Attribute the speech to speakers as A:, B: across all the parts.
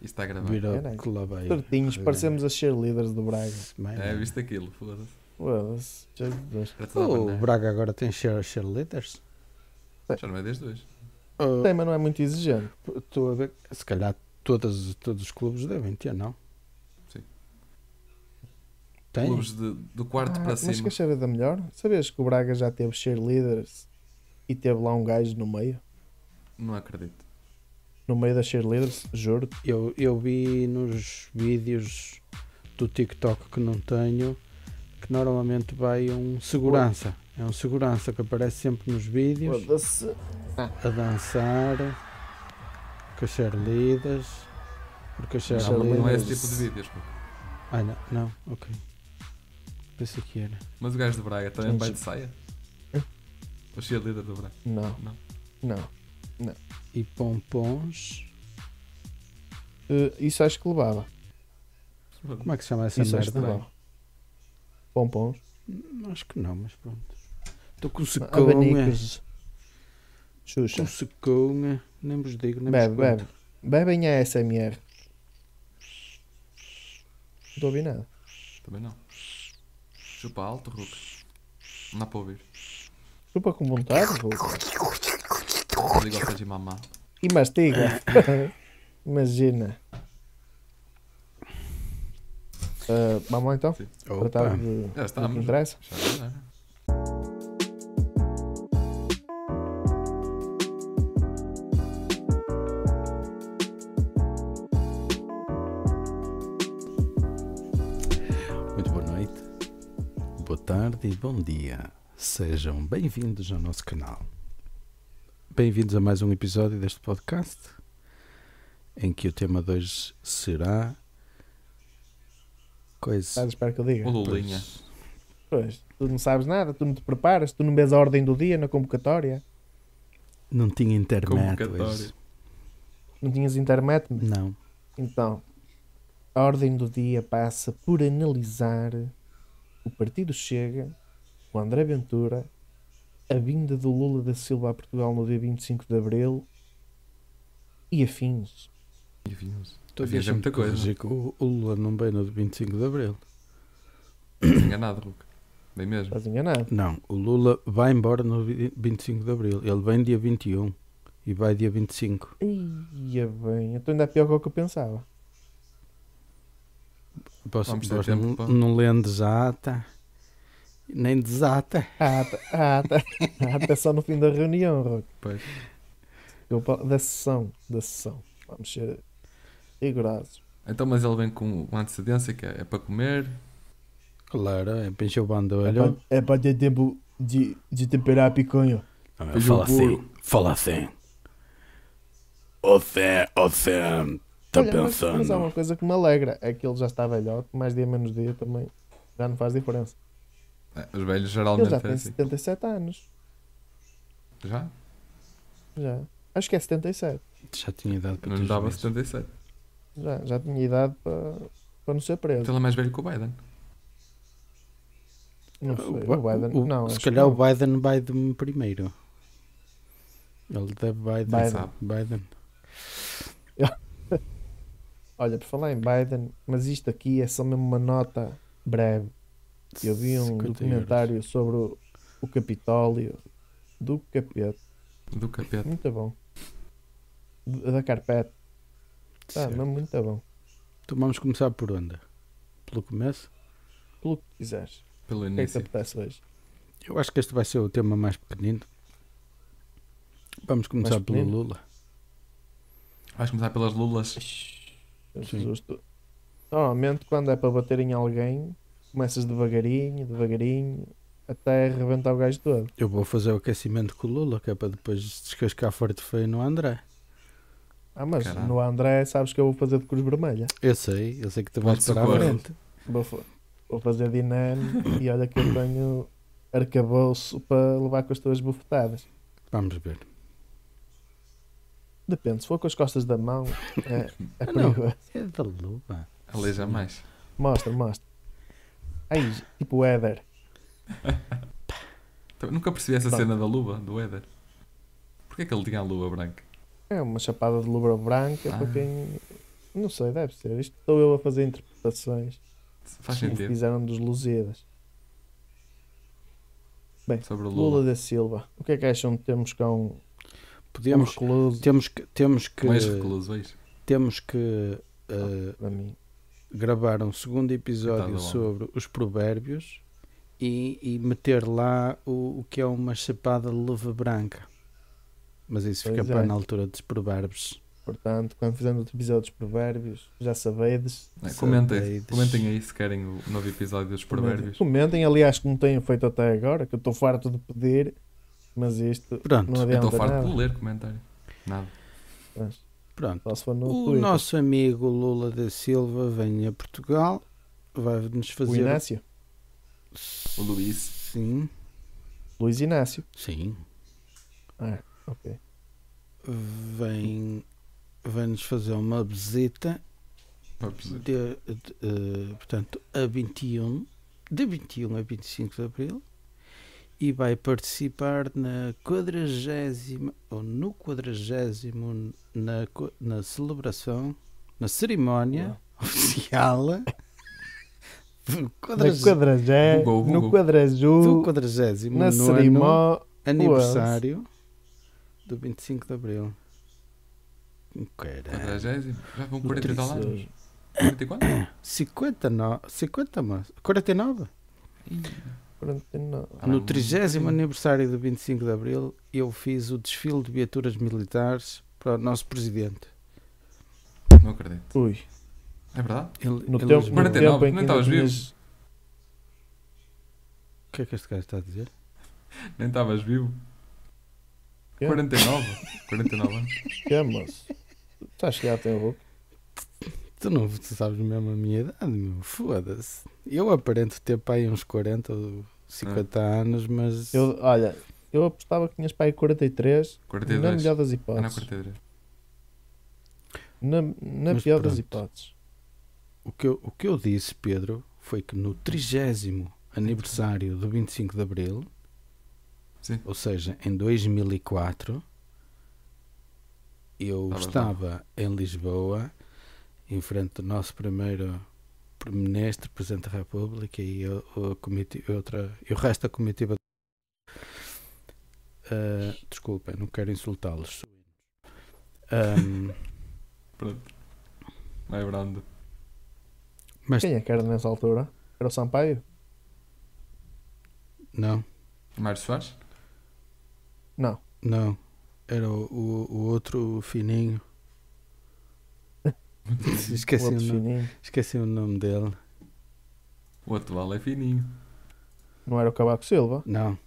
A: Isto está gravado.
B: Virou
C: Caralho.
B: clube aí.
C: Certinhos, parecemos as cheerleaders do Braga.
B: Mano.
C: né?
A: É, viste aquilo, foda-se.
C: Foda-se, Jesus.
A: Era tudo a
B: O
A: abanar.
B: Braga agora tem cheer- cheerleaders?
A: Já não é desde hoje.
B: Ah,
C: Tem, mas não é muito exigente.
B: Estou a ver. Se calhar todas, todos os clubes devem ter, não?
A: Sim.
B: Tem?
A: Clubes de- do quarto
C: Ah,
A: para
C: mas
A: cima.
C: queres saber da melhor? Sabias que o Braga já teve cheerleaders e teve lá um gajo no meio?
A: Não acredito.
C: No meio das cheerleaders, juro.
B: Eu, eu vi nos vídeos do TikTok que não tenho que normalmente vai um segurança. É um segurança que aparece sempre nos vídeos
C: Foda-se.
B: a dançar com as cheerleaders. Porque as
C: Mas
A: Não, não é esse
B: cheerleaders.
A: tipo de vídeos. pô.
B: Ah, não, não, ok. Pensei que era.
A: Mas o gajo de Braga também
C: Gente.
A: vai de saia? O cheerleader do Braga.
C: Não,
A: Não.
C: não.
B: E pompons.
C: Eh, isso acho que levava.
B: Como é que se chama essa
C: Isso acho que
B: merda?
C: levava. Pompons.
B: Hum, Acho que não, mas pronto. Estou
D: Ah,
B: com secunha.
C: Abanicos. Xuxa.
B: Com secunha. Nem vos digo, nem
C: Bebe,
B: vos conto.
C: bebe. Bebem a SMR. Não estou a ouvir nada.
A: Também não. Chupa alto, Hulk. Não dá para ouvir.
C: Chupa com vontade, Ruco.
A: Ele gosta de mamar.
C: E mastiga. Imagina. Ah, vamos lá então?
A: Sim.
C: Tratar
B: Opa.
C: de.
A: Já
C: do que
A: estamos.
C: interessa?
A: Já está.
D: Muito boa noite, boa tarde e bom dia. Sejam bem-vindos ao nosso canal. Bem-vindos a mais um episódio deste podcast, em que o tema de hoje será
C: Estás à
D: coisa.
C: espera que eu diga?
A: O Lulinha.
C: Pois, tu não sabes nada, tu não te preparas, tu não vês a ordem do dia na convocatória,
D: Não tinha internet hoje.
A: Convocatória.
C: não tinhas internet. mas-
D: Não.
C: Então, a ordem do dia passa por analisar o Partido Chega, o André Ventura, a vinda do Lula da Silva a Portugal no dia 25 de Abril e afins.
A: E vinhos.
B: Estou
A: Havia já muita coisa.
B: corrigir que O o Lula não veio no de 25 de Abril.
A: Estás enganado, Hulk. Bem mesmo.
C: Estás enganado?
B: Não, o Lula vai embora no vi- 25 de Abril. Ele vem dia 21 e vai dia 25.
C: Ia bem, então ainda é pior que o que eu pensava.
B: Posso,
A: Vamos ter
B: posso
A: tempo
B: não-
A: para-
B: não lendo desata. Nem desata.
C: Ah, tá, ah, tá, ah, tá só no fim da reunião, Roque.
A: Pois.
C: Eu falo Da sessão, da sessão. Vamos ser rigorosos.
A: Então, mas ele vem com uma antecedência que é, é para comer.
B: Claro, é para encher o
C: É
B: bandolho.
C: para, é para ter tempo de, de temperar a picanha.
D: Não, meu, fala assim, fala assim. Você, você
B: Tá
D: está
C: Olha, mas- Mas, há uma
D: pensando.
C: coisa que me alegra, é que ele já está velhote, mais dia menos dia também já não faz diferença.
A: É, Os velhos
C: Ele
A: geralmente
C: já
A: é
C: tem
A: assim.
C: 77 anos,
A: Já?
C: já. Acho que é 77,
B: Já tinha idade para
A: Não lhe
B: ter
A: dava
B: juízo.
A: 77.
C: já, já tinha idade para, para não ser preso.
A: Então ele é mais velho que o Biden.
C: Não sei,
B: O-
C: o Biden,
B: o-
C: não,
B: se
C: acho
B: calhar
C: que
B: o Biden vai de primeiro. Ele deve Biden.
C: Biden.
B: sabe? Biden.
C: Olha, por falar em Biden, mas isto aqui é só mesmo uma nota breve. Eu vi um
B: 50 euros.
C: documentário sobre o, o Capitólio do Capeta.
A: Do capeta.
C: Muito bom. D- Da Carpete. Tá,
B: Certo.
C: mas muito bom.
B: Então vamos começar por onde? Pelo começo?
C: Pelo que quiseres.
A: Pelo
C: O que é que te
A: início.
C: apetece hoje?
B: Eu acho que este vai ser o tema mais pequenino. Vamos começar
C: Mais
B: pelo
C: pequenino?
B: Lula.
A: Vais começar pelas lulas.
C: Jesus, tu- Normalmente, quando é para bater em alguém, começas devagarinho, devagarinho, até arrebentar o gajo todo.
B: Eu vou fazer o aquecimento com o Lula, que é para depois descascar forte feio no André.
C: Ah, mas
A: Caralho.
C: no André, sabes que eu vou fazer de cruz vermelha.
B: Eu sei, eu sei que tu vais
A: Ponto de
B: para a
A: socorro.
B: frente.
C: Vou, fa- vou fazer dinâmico e olha que eu tenho arcabouço para levar com as tuas bufetadas.
B: Vamos ver.
C: Depende, se for com as costas da mão, é, é
B: Ah, não.
C: perigoso.
B: É da Lula.
A: Aleja mais.
C: Mostra, mostra. Aí, tipo o Éder.
A: Também Então, Nunca percebi essa
C: Pronto.
A: cena da luva, do Éder. Porquê que ele tinha a luva branca?
C: É uma chapada de lubra branca
A: Ah.
C: para quem Não sei, deve ser. Isto estou eu a fazer interpretações.
A: Faz
C: que
A: sentido.
C: fizeram dos Lusíadas.
A: Sobre o
C: Lula.
A: Lula.
C: da Silva. O que é que acham de termos cá um, um
B: Podemos,
C: recluso
B: temos que, temos que,
A: Mais recluso, eis.
B: temos que eh,
C: para mim?
B: gravar um segundo
A: Coitado
B: episódio
A: do homem.
B: sobre os provérbios e, e meter lá o, o que é uma chapada de luva branca. Mas isso fica
C: Pois
B: para
C: é.
B: na altura dos provérbios.
C: Portanto, quando fizermos outro episódio dos Provérbios, já sabedes.
A: É, comentem,
B: Sabedes.
A: comentem aí se querem o novo episódio dos Provérbios.
C: Comentem, aliás, que não tenham feito até agora, que eu estou farto de pedir, mas isto
B: Pronto,
C: não
A: Eu estou
C: adianta
A: farto de
C: nada.
A: ler comentário. Nada.
C: Mas,
B: pronto.
C: só se for no
B: O
C: Twitter.
B: nosso amigo Lula da Silva vem a Portugal, vai-nos
C: O
B: fazer.
C: Inácio.
A: O Luís.
B: Sim,
C: Luís Inácio.
B: sim.
C: Ah, ok.
B: Vem, vai-nos fazer uma visita
A: Vamos dizer.
B: de, de, eh, portanto, a 21, de 21 a 25 de Abril, e vai participar na 40 ou no 40 na, co- na celebração, na cerimónia oficial do
C: No
B: 40
C: quadragé,
A: Bugou, bugou.
C: no
B: do
C: quadrajú,
B: 49
C: na cerimónia.
B: aniversário do 25 de Abril.
C: É.
B: Caralho.
A: 40, já vão
C: do
A: 40 e tal
C: terceiro.
A: anos. 44?
B: 59, 50 mais, 49?
C: Quarentena.
A: Ah,
B: No
A: não,
B: 30
A: não.
B: aniversário do 25 de Abril, eu fiz o desfile de viaturas militares para o nosso presidente.
A: Não acredito.
C: Ui,
A: É verdade?
B: Ele,
C: no
B: ele-
C: tempo, no
A: 49,
C: tempo em
A: nem
C: que
A: estavas
C: ainda tinhas-
B: O que é que este gajo está a dizer?
A: Nem estavas vivo.
C: Quê?
A: 49? 49 anos.
C: Que, moço? Está a chegar até roupa.
B: Tu não tu sabes mesmo a minha idade, meu. Foda-se. Eu aparento ter pai uns 40 ou 50 anos, mas.
C: Eu, olha, eu apostava que tinhas para aí 43, na
A: 42.
C: é melhor das
A: Ah, não,
C: hipóteses.
A: 43.
C: Na, na
B: Mas
C: pior das
B: pronto.
C: hipóteses.
B: O que, eu, o que eu disse, Pedro, foi que no 30 aniversário do 25 de Abril,
A: Sim.
B: ou seja, em 2004, eu
A: Estavas
B: estava em Lisboa, em frente do nosso primeiro Primeiro-Ministro, Presidente da República e eu, o comiti- outra, e o resto da comitiva. Ah, desculpem, não quero insultá-los. Ahm,
A: Pronto. Vai brando.
B: mas
C: Quem é que era nessa altura? Era o Sampaio?
B: não,
A: Mário Soares?
C: Não.
B: não. Era o, o- o outro fininho.
C: o
B: Esqueci o,
C: outro
B: nome,
C: fininho.
B: esqueci o nome dele.
A: O atual é fininho.
C: Não era o Cavaco Silva?
B: Não.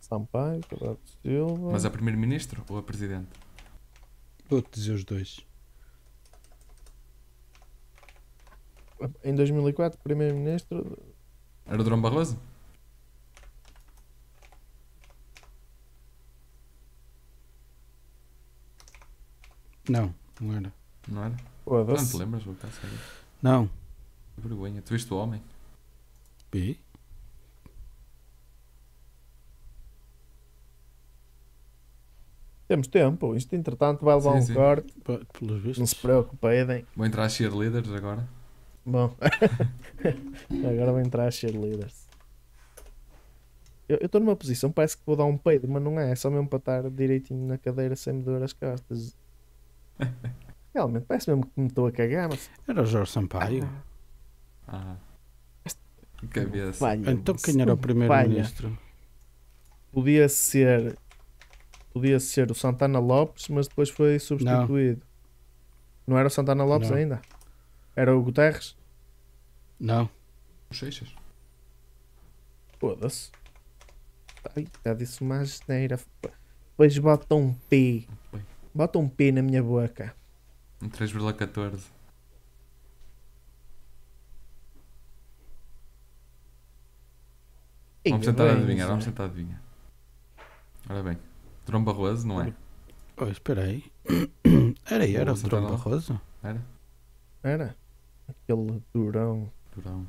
C: Sampaio, Cavaco Silva.
A: Mas é primeiro-ministro ou é presidente?
B: Vou-te dizer os dois.
C: Em 2004, primeiro-ministro.
A: Era o Durão Barroso?
B: Não, não era.
A: Não era? Já Não te
C: Foda-se.
A: lembras, vou cá sério.
B: Não.
A: Que vergonha. Tu viste o homem?
B: Vi?
C: Temos tempo. Isto, entretanto, vai levar
A: Sim,
C: um
A: sim.
C: corte.
B: Pe- Pelos
C: Não
B: vistos.
C: se preocupem.
A: Vou entrar a cheerleaders agora.
C: Bom, agora vou entrar a cheerleaders. Eu estou numa posição, parece que vou dar um peido, mas não é, é só mesmo para estar direitinho na cadeira sem me doer as costas. Realmente, parece mesmo que me estou a cagar, mas
B: Era o Jorge Sampaio.
A: Ah. Cabeça.
C: falha.
B: então
C: moço,
B: quem era o
C: não
B: primeiro-ministro?
C: falha. Podia ser. Podia ser o Santana Lopes, mas depois foi substituído. Não, era o Santana Lopes
B: Não.
C: ainda? Era o Guterres?
B: Não.
A: Bochechas?
C: Foda-se. Ai, já disse uma asneira. Depois bota um P.
A: Bem.
C: Bota um P na minha boca.
A: Um 3,14. Vamos
C: Ia
A: tentar
C: bem,
A: adivinhar,
C: Zé.
A: vamos tentar adivinhar. Ora bem, Durão Barroso, não é?
B: Oh, espera aí. Era, era
A: O
B: o Durão
A: Santana.
B: Barroso?
A: Era?
C: Era? Aquele durão.
A: Durão.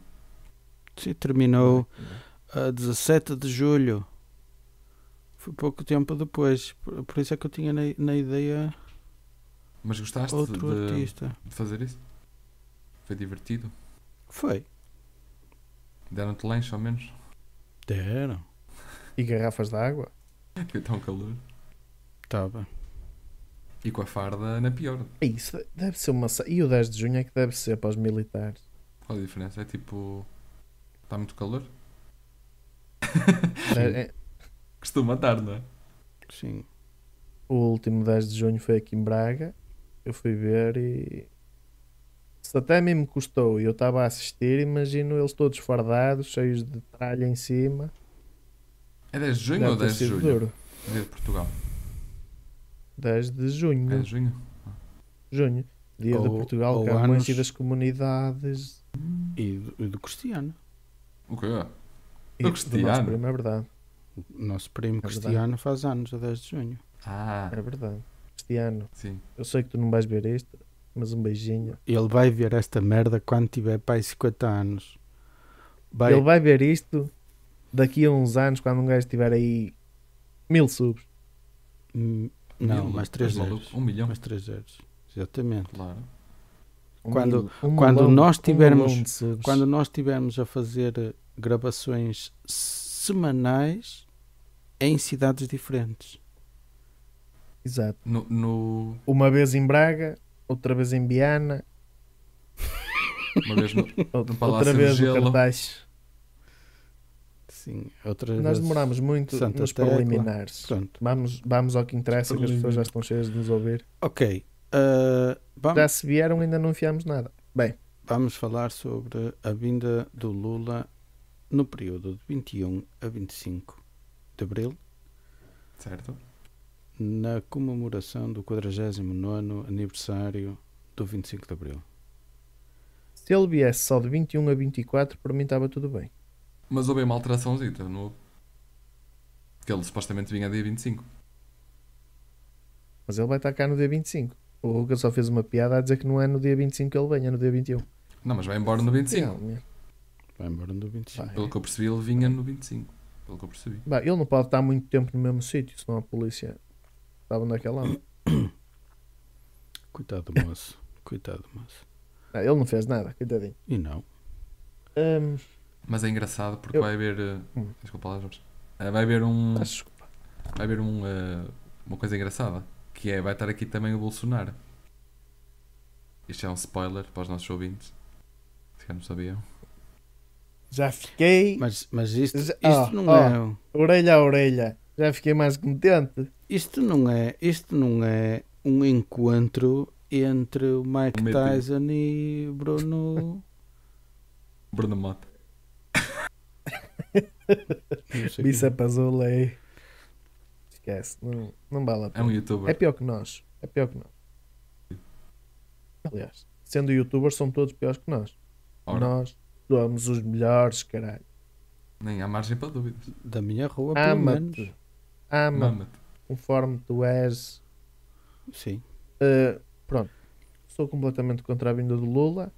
B: Sim, terminou
C: é,
B: a 17 de julho. Foi pouco tempo depois. Por, por isso é que eu tinha na, na ideia
A: Mas gostaste
E: Outro
A: de,
E: artista.
A: de fazer isso? Foi divertido?
B: Foi.
A: Deram-te lanche ao menos?
B: Deram.
C: E garrafas de água?
A: Que tão tá um calor.
B: Estava.
A: E com a farda na pior.
C: É Isso deve ser uma. sa- E o 10 de junho é que deve ser para os militares.
A: Qual a diferença? É tipo. Está muito calor?
C: É- é-
A: Costuma estar, não é?
B: Sim.
C: O último 10 de junho foi aqui em Braga. Eu fui ver e. Se até a mim me custou e eu estava a assistir, imagino eles todos fardados, cheios de tralha em cima.
A: É 10 de junho
C: Deve
A: ou
C: ter
A: 10 de
C: sido
A: julho?
C: duro.
A: Dia de Portugal.
C: 10 de
A: É
C: junho.
A: de junho?
C: Junho. Dia de
B: Ou-
C: Portugal,
B: ou
C: Camões
B: anos.
C: e das comunidades.
B: E do, e do Cristiano.
A: O quê?
C: E
A: Do
C: do nosso
A: Cristiano.
C: primo, é verdade.
B: O nosso primo
C: É verdade.
B: Cristiano faz anos a 10 de junho.
A: Ah,
C: É verdade. Cristiano,
A: sim.
C: eu sei que tu não vais ver isto, mas um beijinho.
B: Ele vai ver esta merda quando tiver pai 50 anos. Vai,
C: Ele vai ver isto daqui a uns anos, quando um gajo tiver aí mil subs.
B: Hum, Não,
A: Mil,
B: mais 3
A: estás
B: zeros.
A: maluco? Um milhão.
B: Mais 3 zeros. Exatamente.
A: Claro.
C: Um
B: Quando-
C: mil- um
B: quando
C: milão-
B: nós
C: um
B: tivermos-
C: milão de subs.
B: Quando nós estivermos a fazer eh, gravações semanais em cidades diferentes.
C: Exato.
A: No, no-
C: Uma vez em Braga, outra vez em Biana,
A: uma vez no,
C: out-
A: No Palácio
C: outra
A: do
C: vez no
A: Gelo.
C: Cartaz.
B: Sim, outras
C: Nós
B: vezes-
C: demorámos muito
B: Santa
C: nos
B: Tecla.
C: preliminares.
B: Pronto.
C: Vamos, vamos ao que interessa, que as pessoas já estão cheias de nos ouvir.
B: Ok. eh, vamos,
C: Já se vieram, ainda não enfiámos nada.
B: vamos falar sobre a vinda do Lula no período de 21 a 25 de abril,
A: certo?
B: na comemoração do 49 aniversário do 25 de abril.
C: Se ele viesse só de 21 a 24, para mim estava tudo bem.
A: Mas houve uma alteraçãozita. Não houve? Que ele supostamente vinha dia 25.
C: Mas ele vai estar cá no dia 25. O Ruka só fez uma piada a dizer que não é no dia 25 que ele vem, é no dia 21.
A: Não, mas vai embora no 25.
C: Realmente.
B: Vai embora no 25.
C: Vai.
A: Pelo que eu percebi, ele vinha no 25. Pelo que eu percebi.
C: Bah, ele não pode estar muito tempo no mesmo sítio, senão a polícia é estava naquela onda.
B: Coitado do moço. Coitado do moço.
C: Ah, ele não fez nada, coitadinho.
B: E não.
C: Hum,
A: Mas é engraçado porque
C: Eu-
A: vai haver. eh,
C: Hum. Tá
A: Desculpa lá, Jorge. Eh, Vai haver um.
C: peço desculpa.
A: Vai haver um, eh, uma coisa engraçada. Que é, vai estar aqui também o Bolsonaro. Isto é um spoiler para os nossos ouvintes. Se calhar não sabiam.
C: Já fiquei
B: Mas, mas isto,
C: Já-
B: isto
C: oh,
B: não é.
C: oh. orelha a orelha. Já fiquei mais um contente.
B: Isto não é. Isto não é um encontro entre o Mike
A: Um meeting.
B: Tyson e Bruno.
A: Bruno Mota.
B: não sei quem.
C: Bicep azul aí. Esquece, não, não vale a
A: É
C: pena.
A: um
C: É
A: youtuber.
C: pior que nós. É pior que nós. Aliás, sendo youtubers, são todos piores que nós.
A: Ora,
C: Nós somos os melhores, caralho.
A: nem há margem para dúvidas.
B: Da minha rua, pelo menos.
C: Ama-te. Ama
A: Mama-te.
C: Ah, conforme tu és.
B: Sim.
C: Uh, pronto. Sou completamente contra a vinda do Lula.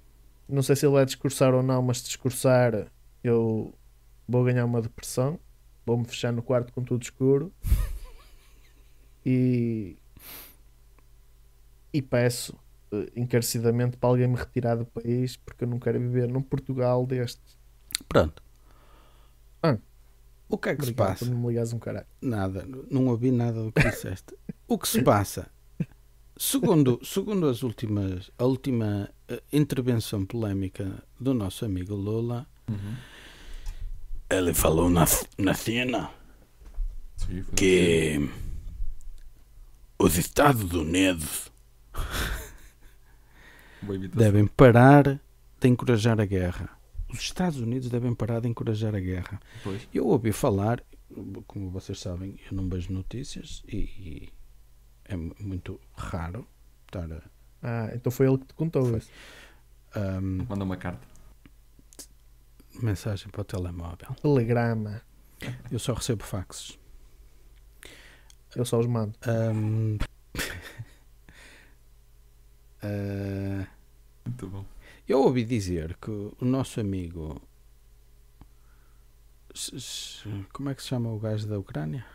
C: Não sei se ele vai discursar ou não, mas se discursar, eu vou ganhar uma depressão. Vou-me fechar no quarto com tudo escuro. E. E peço uh, encarecidamente para alguém me retirar do país, porque eu não quero viver num Portugal deste.
B: Pronto.
C: Ah.
B: O que é que se
C: Obrigado
B: passa?
C: por não me ligares um caralho.
B: Nada, não ouvi nada do que disseste. o que se passa? Segundo, segundo as últimas, a última eh, intervenção polémica do nosso amigo Lula,
A: Uhum.
B: ele falou na, na cena
A: Sim, foi
B: que os Estados Unidos
A: Boa imitação.
B: devem parar de encorajar a guerra. Os Estados Unidos devem parar de encorajar a guerra.
A: Pois.
B: Eu ouvi falar, como vocês sabem, eu não vejo notícias e, e é mu- muito raro estar a.
C: Ah, então foi ele que te contou
B: Foi.
C: isso.
B: ahm,
A: Manda uma carta.
B: mensagem para o telemóvel.
C: Telegrama.
B: Eu só recebo faxes.
C: Eu só os mando.
B: Ahm, ah,
A: Muito bom.
B: eu ouvi dizer que o nosso amigo. s- s- Como é que se chama o gajo da Ucrânia?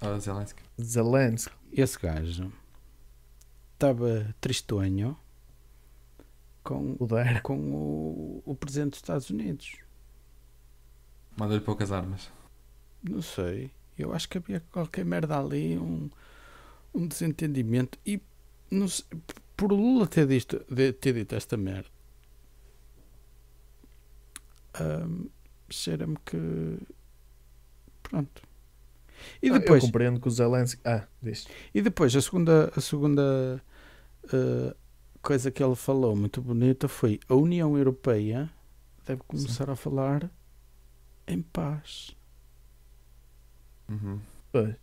A: Ah, Zelensky.
C: Zelensky.
B: Esse gajo estava tristonho com,
C: Pudera.
B: com o, o presidente dos Estados Unidos.
A: Manda-lhe poucas armas.
B: Não sei. Eu acho que havia qualquer merda ali, um, um desentendimento. E não sei, p- por o Lula ter, disto, de- ter dito esta merda, ahm, cheira-me que. Pronto. E
C: Ah,
B: depois,
C: Eu compreendo que o Zelensky. Ah, diz.
B: e depois a segunda, a segunda ah, coisa que ele falou muito bonita foi a União Europeia deve começar a falar em paz.
A: Uhum.
C: Pois.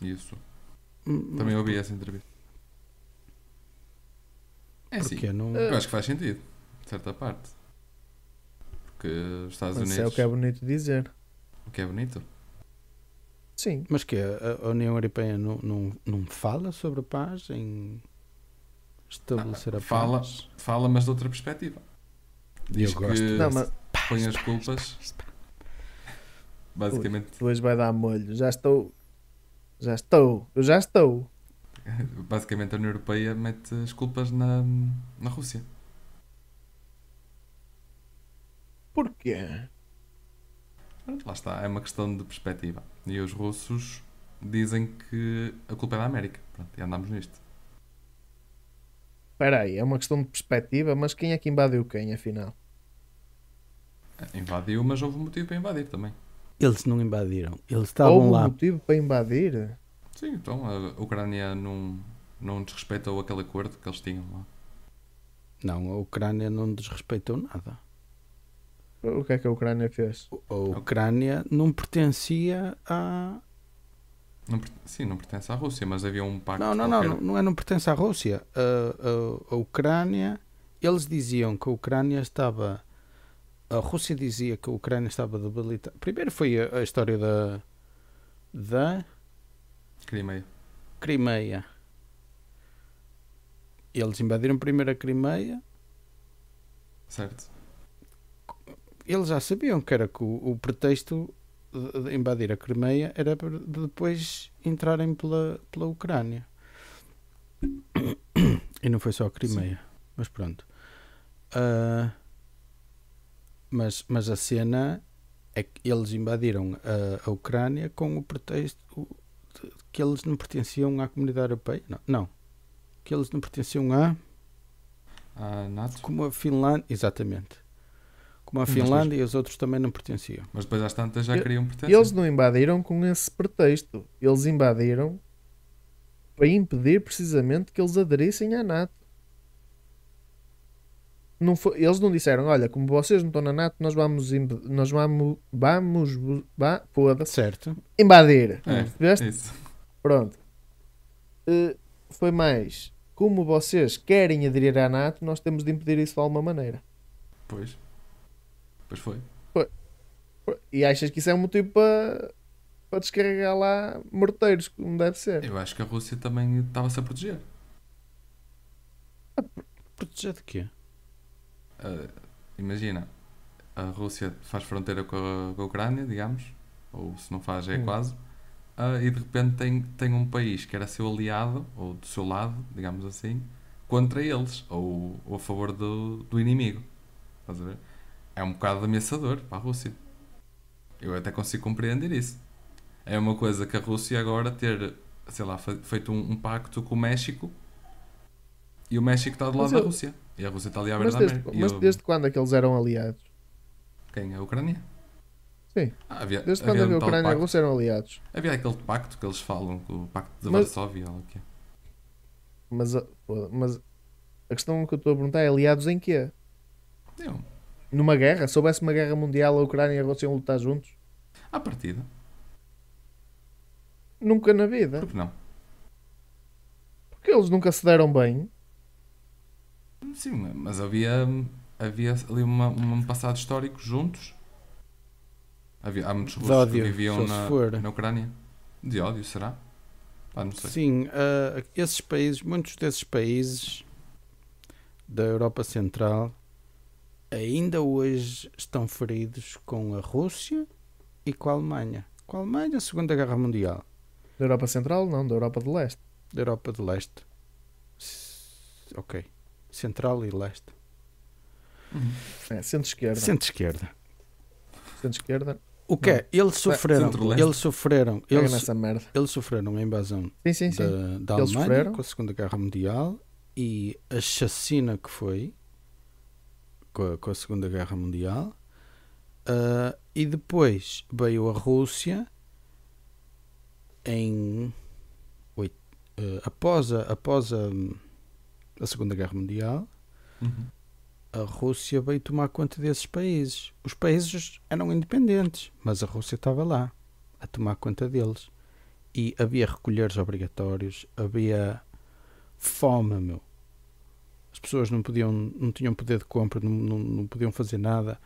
A: Isso.
B: Hum,
A: Também ouvi essa entrevista. É sim.
B: Porque não.
A: Eu acho que faz sentido, de certa parte. Porque os Estados
C: Mas
A: Unidos.
C: isso é o que é bonito dizer.
A: o que é bonito.
C: Sim.
B: Mas que a a União Europeia não, não, não fala sobre a paz em estabelecer a
A: Fala.
B: paz?
A: Fala, mas de outra perspectiva. Diz
B: gosto
A: que
C: Não, mas
A: põe as culpas. Basicamente,
C: tu hoje vai dar molho. Já estou. Já estou. Eu já estou.
A: basicamente a União Europeia mete as culpas na, na Rússia.
C: Porquê?
A: Pronto, lá está, é uma questão de perspectiva. E os russos dizem que a culpa é da América. Pronto, e andamos nisto.
C: Espera aí, é uma questão de perspectiva, mas quem é que invadiu quem, afinal?
A: Invadiu, mas houve um motivo para invadir também.
B: Eles não invadiram. Eles
C: Houve
B: estavam
C: um
B: lá.
C: motivo para invadir?
A: Sim, então a Ucrânia não, não desrespeitou aquele acordo que eles tinham lá.
B: Não, a Ucrânia não desrespeitou nada.
C: O que é que a Ucrânia fez?
B: O- A Ucrânia não pertencia a.
A: Não per- sim, não pertence à Rússia, mas havia um pacto.
B: Não, não, não,
A: qualquer.
B: não, não é não pertence à Rússia. A, a, a Ucrânia. Eles diziam que a Ucrânia estava. A Rússia dizia que a Ucrânia estava debilitada. Primeiro foi a, a história da. da.
A: Crimeia.
B: Crimeia. Eles invadiram primeiro a Crimeia.
A: Certo.
B: Eles já sabiam que era que o, o pretexto de de invadir a Crimeia era para de depois entrarem pela, pela Ucrânia. E não foi só a Crimeia, mas pronto. Ah, mas, mas a cena é que eles invadiram a, a Ucrânia com o pretexto de que eles não pertenciam à comunidade europeia. Não, não. que eles não pertenciam à.
A: A NATO.
B: Como a Finlândia, exatamente. Como a
A: Mas
B: Finlândia e os outros também não pertenciam.
A: Mas depois às tantas já
C: E-
A: queriam pertencer.
C: Eles não invadiram com esse pretexto. Eles invadiram para impedir precisamente que eles aderissem à NATO. Não foi- eles não disseram, olha, como vocês não estão na NATO, nós vamos, imp- nós vamos, vamos, bu- vá, foda-se,
B: Certo?
C: invadir.
A: É,
C: Percebeste?
A: isso.
C: Pronto. Eh, foi mais, como vocês querem aderir à NATO, nós temos de impedir isso de alguma maneira.
A: Pois. Pois foi.
C: E achas que isso é um motivo para, para descarregar lá morteiros, como deve ser?
A: Eu acho que a Rússia também estava-se a proteger.
B: Proteger de quê?
A: Ah, imagina, a Rússia faz fronteira com a, com a Ucrânia, digamos, ou se não faz é
C: Hum.
A: quase, ah, e de repente tem, tem um país que era seu aliado, ou do seu lado, digamos assim, contra eles, ou, ou a favor do, do inimigo. Estás a ver? É um bocado ameaçador para a Rússia. Eu até consigo compreender isso. É uma coisa que a Rússia agora ter, sei lá, fe- feito um, um pacto com o México e o México está do
C: Mas
A: lado da
C: eu-
A: Rússia. E a Rússia está ali à
C: Mas
A: beira da
C: desde,
A: América. E
C: mas
A: eu-
C: desde quando é que eles eram aliados?
A: quem? A Ucrânia?
C: Sim.
A: Ah, havia,
C: Desde
A: havia
C: quando é
A: um
C: a
A: tal
C: Ucrânia e a
A: pacto-
C: Rússia eram aliados?
A: Havia aquele pacto que eles falam, o pacto de
C: Mas-
A: Varsóvia, ou o quê?
C: Mas a, foda- mas a questão que eu estou a perguntar é aliados em quê?
A: Não.
C: Numa guerra? Se houvesse uma guerra mundial, a Ucrânia e a Rússia iam lutar juntos?
A: À partida.
C: Nunca na vida.
A: Por que não?
C: Porque eles nunca se deram bem.
A: Sim, mas havia, havia ali uma, um passado histórico juntos. Havia, há muitos
B: De
A: russos
B: ódio,
A: que viviam
B: só se
A: na,
B: for.
A: na Ucrânia. De ódio, será? Pá, não sei.
B: Sim, ah, esses países, muitos desses países da Europa Central ainda hoje estão feridos com a Rússia e com a Alemanha. Com a Alemanha, a Segunda Guerra Mundial.
C: Da Europa Central, não. Da Europa de Leste.
B: da Europa de Leste. S- Ok. Central e Leste.
C: É, centro-esquerda.
B: Centro-esquerda.
C: Centro-esquerda.
B: O que é? Eles sofreram.
A: Centro-leste.
B: Eles sofreram.
C: Pega
B: Eles,
C: nessa merda.
B: eles sofreram a invasão
C: Sim, sim, sim.
B: da, da
C: Eles
B: Alemanha
C: sofreram.
B: com a Segunda Guerra Mundial e a chacina que foi com a, com a Segunda Guerra Mundial. Ah, e depois veio a Rússia em oit- ah, após, a, após a, a Segunda Guerra Mundial
A: Uhum.
B: a Rússia veio tomar conta desses países. Os países eram independentes, mas a Rússia estava lá a tomar conta deles. E havia recolheres obrigatórios, havia fome, meu. As pessoas não podiam, não tinham poder de compra, não, não, não podiam fazer nada.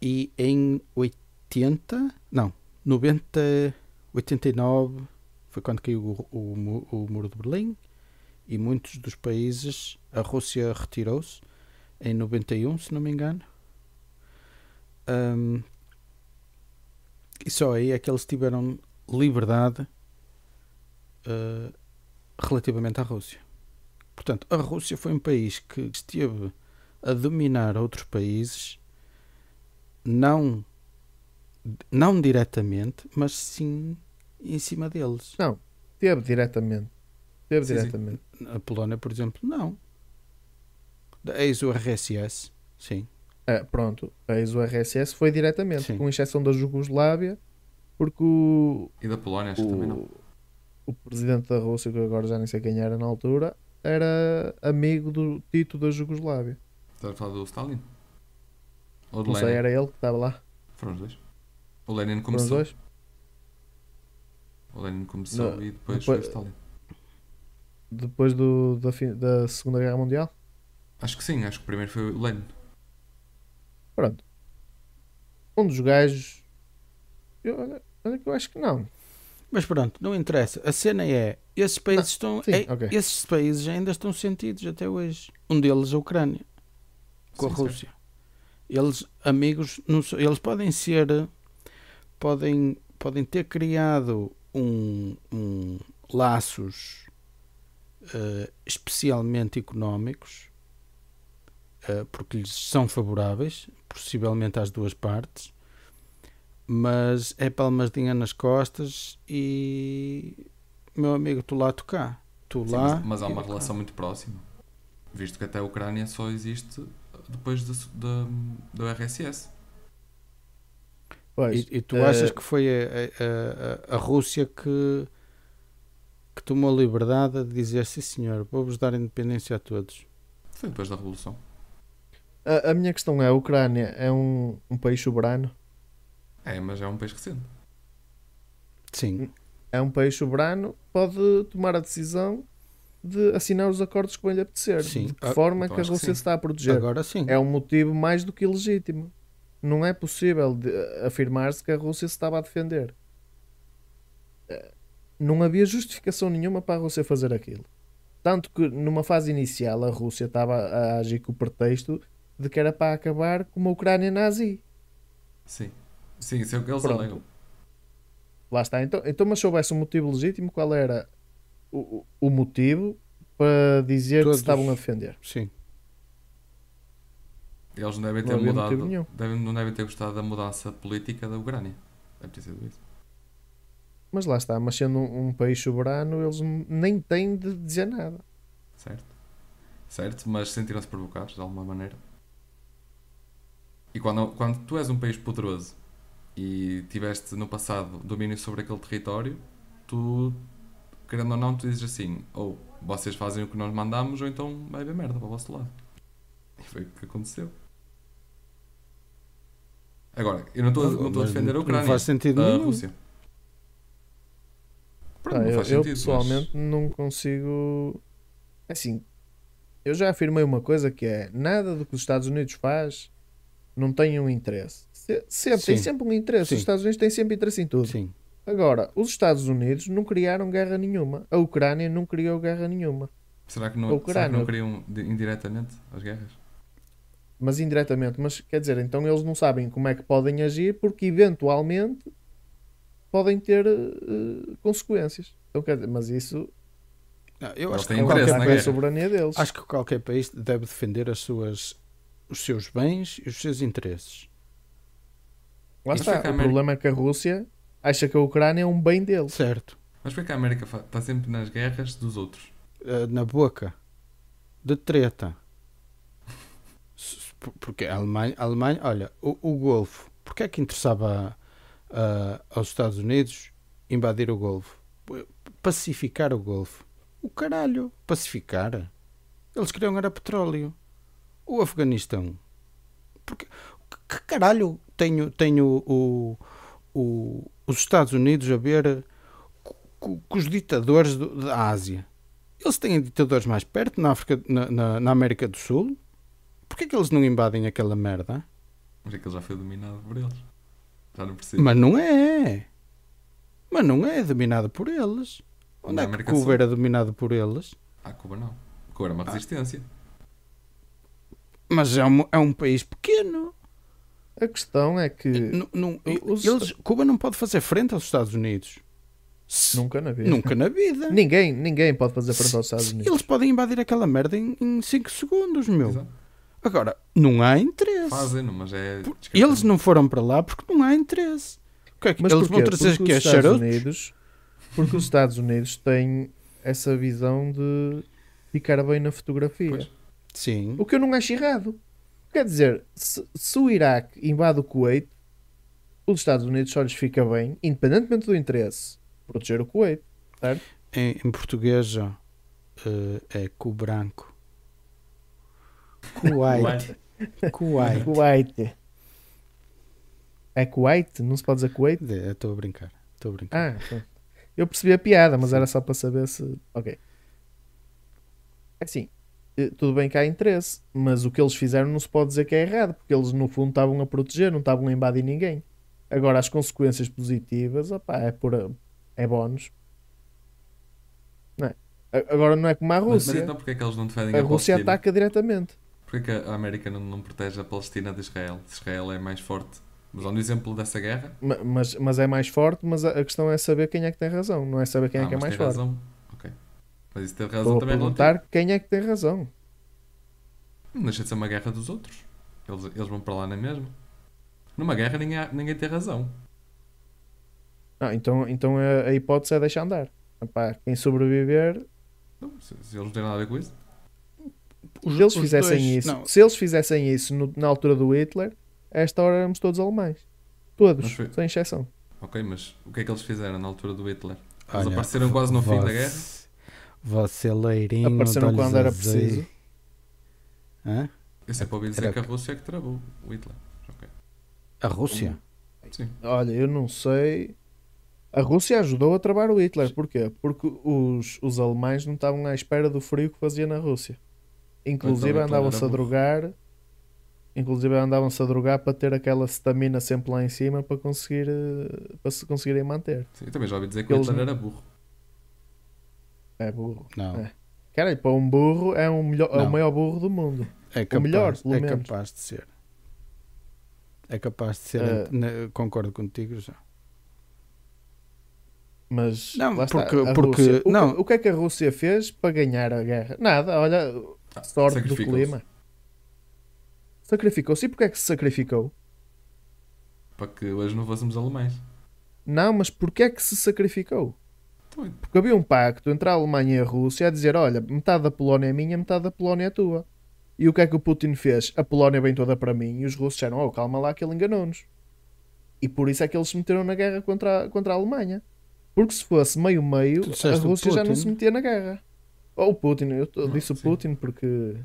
B: E em 80, não, 90, 89 foi quando caiu o, o mu- o muro de Berlim e muitos dos países, a Rússia retirou-se em 91, se não me engano. Ahm, e só aí é que eles tiveram liberdade ah, relativamente à Rússia. Portanto, a Rússia foi um país que esteve a dominar outros países, não, não diretamente, mas sim em cima deles.
C: Teve diretamente. Teve
A: Sim, sim.
C: diretamente.
B: A Polónia, por exemplo, não. Eis o RSS, sim.
C: Ah, pronto, eis o RSS foi diretamente,
B: Sim.
C: com exceção da Jugoslávia, porque o,
A: E da Polónia, acho que também não.
C: o, o presidente da Rússia, que eu agora já nem sei quem era na altura, era amigo do Tito da Jugoslávia.
A: Estás a falar do Stalin? Ou do
C: Não sei,
A: Lenin?
C: era ele que estava lá.
A: Foram os dois. O Lenin
C: Foram os
A: começou.
C: dois.
A: O Lenin começou
C: Não,
A: e depois foi o
C: depois-
A: Stalin.
C: Depois do, da, fi- da Segunda Guerra Mundial.
A: Acho que sim, acho que primeiro foi o Lenin.
C: Pronto. Um dos gajos. Eu, olha- olha que eu acho que não.
B: Mas pronto, não interessa. A cena é, esses países estão,
C: sim,
B: ei,
C: ok.
B: esses países ainda estão sentidos até hoje. Um deles é a Ucrânia com a
A: Sim,
B: Rússia. Eles amigos, não so- eles podem ser, podem, podem ter criado um, um laços eh, especialmente económicos eh, porque lhes são favoráveis, possivelmente às duas partes mas é palmadinha nas costas e meu amigo, tu lá, tu cá. Tu
A: Sim,
B: lá.
A: mas, mas há
B: e
A: uma
B: cá.
A: relação muito próxima. Visto que até a Ucrânia só existe depois da, da, do RSS.
C: Pois,
B: E, e tu
C: eh,
B: achas que foi a, a, a- a Rússia que, que tomou a liberdade de dizer sim senhor, vou-vos dar independência a todos.
A: Foi depois da Revolução.
C: a, a minha questão é: a Ucrânia é um, um país soberano?
A: É, mas é um país recente.
B: Sim.
C: é um país soberano, pode tomar a decisão de assinar os acordos que bem lhe apetecer.
B: Sim.
C: De que
B: Ah,
C: forma
A: então
C: que a
A: acho que
C: Rússia
A: sim.
C: se está a proteger.
B: Agora sim.
C: É um motivo mais do que ilegítimo. Não é possível de- afirmar-se que a Rússia se estava a defender. Eh, Não havia justificação nenhuma para a Rússia fazer aquilo. Tanto que, numa fase inicial, a Rússia estava a agir com o pretexto de que era para acabar com uma Ucrânia nazi.
A: Sim. Sim, isso é o que eles
C: Pronto.
A: alegam.
C: Lá está. Então, então mas se houvesse um motivo legítimo, qual era o, o o motivo para dizer
B: Todos.
C: que se estavam a defender?
B: Sim.
A: Eles não devem
C: Não
A: ter
C: havia
A: mudado.
C: motivo nenhum.
A: devem- não devem ter gostado da mudança política da Ucrânia. Deve ter sido isso.
C: Mas lá está, mas sendo um, um país soberano, eles n- nem têm de dizer nada.
A: Certo. Certo, mas sentiram-se provocados de alguma maneira. E quando, quando tu és um país poderoso e tiveste no passado domínio sobre aquele território, tu, querendo ou não, tu dizes assim: ou vocês fazem o que nós mandamos, ou então vai haver merda para o vosso lado. E foi o que aconteceu. Agora, eu não estou a- não estou a
B: Mas
A: defender a Ucrânia,
B: Não faz sentido
A: a
B: nenhum. Ah,
A: Rússia. Pronto,
C: Pá,
A: não
C: eu,
A: faz
C: eu
A: sentido. mas-
C: pessoalmente não consigo. Assim, eu já afirmei uma coisa que é: nada do que os Estados Unidos faz não tem um interesse. Se- sempre, tem
B: Sim.
C: sempre um interesse.
B: Sim.
C: Os Estados Unidos têm sempre interesse em tudo.
B: Sim.
C: Agora, os Estados Unidos não criaram guerra nenhuma. A Ucrânia não criou guerra nenhuma.
A: Será que
C: A
A: não, será
C: Ucrânia-
A: que não criam de- indiretamente as guerras?
C: mas indiretamente. Mas quer dizer, então eles não sabem como é que podem agir porque eventualmente podem ter eh, consequências. Então, quer dizer, mas isso
B: Não, eu
A: Ela
B: acho que,
A: tem
C: É
A: interesse né?
C: qualquer
A: na guerra.
C: coisa a soberania deles.
B: acho que qualquer país deve defender as suas, os seus bens e os seus interesses.
C: Lá
A: Isso
C: está.
A: é que a
C: O
A: América-
C: problema é que a Rússia acha que a Ucrânia é um bem deles.
B: Certo.
A: Mas porquê que a América fa- está sempre nas guerras dos outros?
B: Eh, na boca de treta. S- por- Porque a Alemanha, a Alemanha olha, o, o Golfo, porque é que interessava ah, aos Estados Unidos invadir o Golfo? P- Pacificar o Golfo. O caralho, pacificar. Eles queriam era petróleo. O Afeganistão. Porque, que caralho tenho, tenho o, o- os Estados Unidos a ver co- co- com os ditadores do- da Ásia? Eles têm ditadores mais perto, na, África, na, na- na América do Sul. Porquê que eles não invadem aquela merda?
A: Mas aquilo já foi dominado por eles. Já não precisa.
B: Mas não é. Mas não é dominado por eles. Onde
A: Na
B: é que
A: América
B: Cuba
A: Sul.
B: era dominado por eles?
A: Ah, Cuba não. Cuba era uma resistência.
B: Mas é um, é um país pequeno.
C: A questão é que
B: Não- não-
C: os-
B: eles- Cuba não pode fazer frente aos Estados Unidos. Se-
C: nunca na vida.
B: Nunca na vida.
C: Ninguém, ninguém pode fazer
B: Se-
C: frente aos Estados
B: se-
C: Unidos.
B: Eles podem invadir aquela merda em 5 segundos, meu.
A: Exato.
B: Agora, não há interesse.
A: Fazem-no, mas é. discrepante.
B: Eles não foram para lá porque não há interesse. O que é que
C: Mas
B: eles
C: porquê?
B: vão trazer
C: Porque
B: que é
C: os Estados
B: charutos?
C: Unidos, porque os Estados Unidos têm essa visão de ficar bem na fotografia.
A: Pois.
B: Sim.
C: O que eu não acho errado. Quer dizer, se, se o Iraque invade o Kuwait, os Estados Unidos só lhes fica bem, independentemente do interesse, proteger o Kuwait.
B: Em, em português já, eh, é cu branco. Kuwait.
A: Ué,
B: Kuwait.
C: Kuwait. É Kuwait? Não se pode dizer Kuwait?
B: De- eu É, Estou a brincar. Estou a brincar.
C: Ah, pronto. eu percebi a piada, mas era só para saber se. Ok. É Assim, eh, tudo bem que há interesse, mas o que eles fizeram não se pode dizer que é errado, porque eles no fundo estavam a proteger, não estavam a invadir ninguém. Agora, as consequências positivas, opá, é, pura, é bónus. Não é? A- Agora, não é como a
A: Mas, mas
C: Rússia.
A: então porquê é que eles não defendem
C: a
A: a,
C: Rússia
A: Palestina?
C: ataca diretamente.
A: Porquê é que a América não, não protege a Palestina de Israel? Se Israel é mais forte. Mas olha o exemplo dessa guerra.
C: Ma- Mas, mas é mais forte, mas a a questão é saber quem é que tem razão, não é saber quem
A: Ah,
C: é que é
A: mas
C: mais
A: tem
C: forte.
A: razão. Ok. Mas isso teve razão
C: Estou a
A: também relativa.
C: perguntar quem é que tem razão.
A: Não deixa de ser uma guerra dos outros. Eles, eles vão para lá na mesma. Numa guerra ninguém, há- ninguém tem razão.
C: Não, então, então a, a hipótese é deixar andar. Epá, quem sobreviver,
A: Não, se, se eles não têm nada a ver com isso.
B: Os-
C: se eles
B: os
C: fizessem
B: dois-
C: isso,
B: não,
C: se eles fizessem isso no- na altura do Hitler, a esta hora éramos todos alemães. Todos,
A: Mas foi-
C: sem exceção.
A: Ok, mas o que é que eles fizeram na altura do Hitler? Eles
B: olha,
A: apareceram quase no fim da guerra.
B: você- Você leirinho.
C: Apareceram
B: de olhos
C: quando era
B: azuis.
C: preciso.
B: Hã?
A: Eu sempre ouvi dizer
B: Era-
A: que a Rússia é que travou o Hitler. Ok.
B: A Rússia?
C: Hum.
A: Sim.
C: Olha, eu não sei. A Rússia ajudou a travar o Hitler. Porquê? Porque os, os alemães não estavam à espera do frio que fazia na Rússia. Inclusive
A: Hitler
C: andavam-se
A: Então, era
C: a
A: burro.
C: drogar. Inclusive andavam-se a drogar para ter aquela stamina sempre lá em cima para conseguir eh, para se conseguirem manter.
A: Sim, Eu também já ouvi dizer que o
C: Eles
A: Hitler
C: não-
A: era burro.
C: É burro.
B: Não.
C: É. Caralho, para um burro é, um melhor, é
B: Não.
C: o maior burro do mundo.
B: É capaz,
C: melhor, pelo
B: é
C: menos.
B: capaz de ser. É capaz de ser.
C: Eh,
B: né, concordo contigo já.
C: Mas
B: Não,
C: lá está,
B: porque-
C: a
B: porque-
C: Rússia- o, que-
B: não.
C: o que é que a Rússia fez para ganhar a guerra? Nada, olha,
A: Ah,
C: sorte do
A: sacrificam-se.
C: clima. Sacrificou-se. E porquê é que se sacrificou?
A: Para que hoje não fôssemos alemães.
C: Não, mas porquê é que se sacrificou?
A: Então,
C: Porque havia um pacto entre a Alemanha e a Rússia a dizer: olha, metade da Polónia é minha, metade da Polónia é tua. E o que é que o Putin fez? A Polónia vem toda para mim e os russos disseram: oh, calma lá, que ele enganou-nos. E por isso é que eles se meteram na guerra contra a, contra a Alemanha. Porque se fosse meio-meio,
B: Tu
C: a
B: disseste o
C: Rússia já não
B: Putin? Ah,
C: se metia na guerra. Ou o Putin, eu t-
A: Não,
C: disse o
A: sim.
C: Putin porque,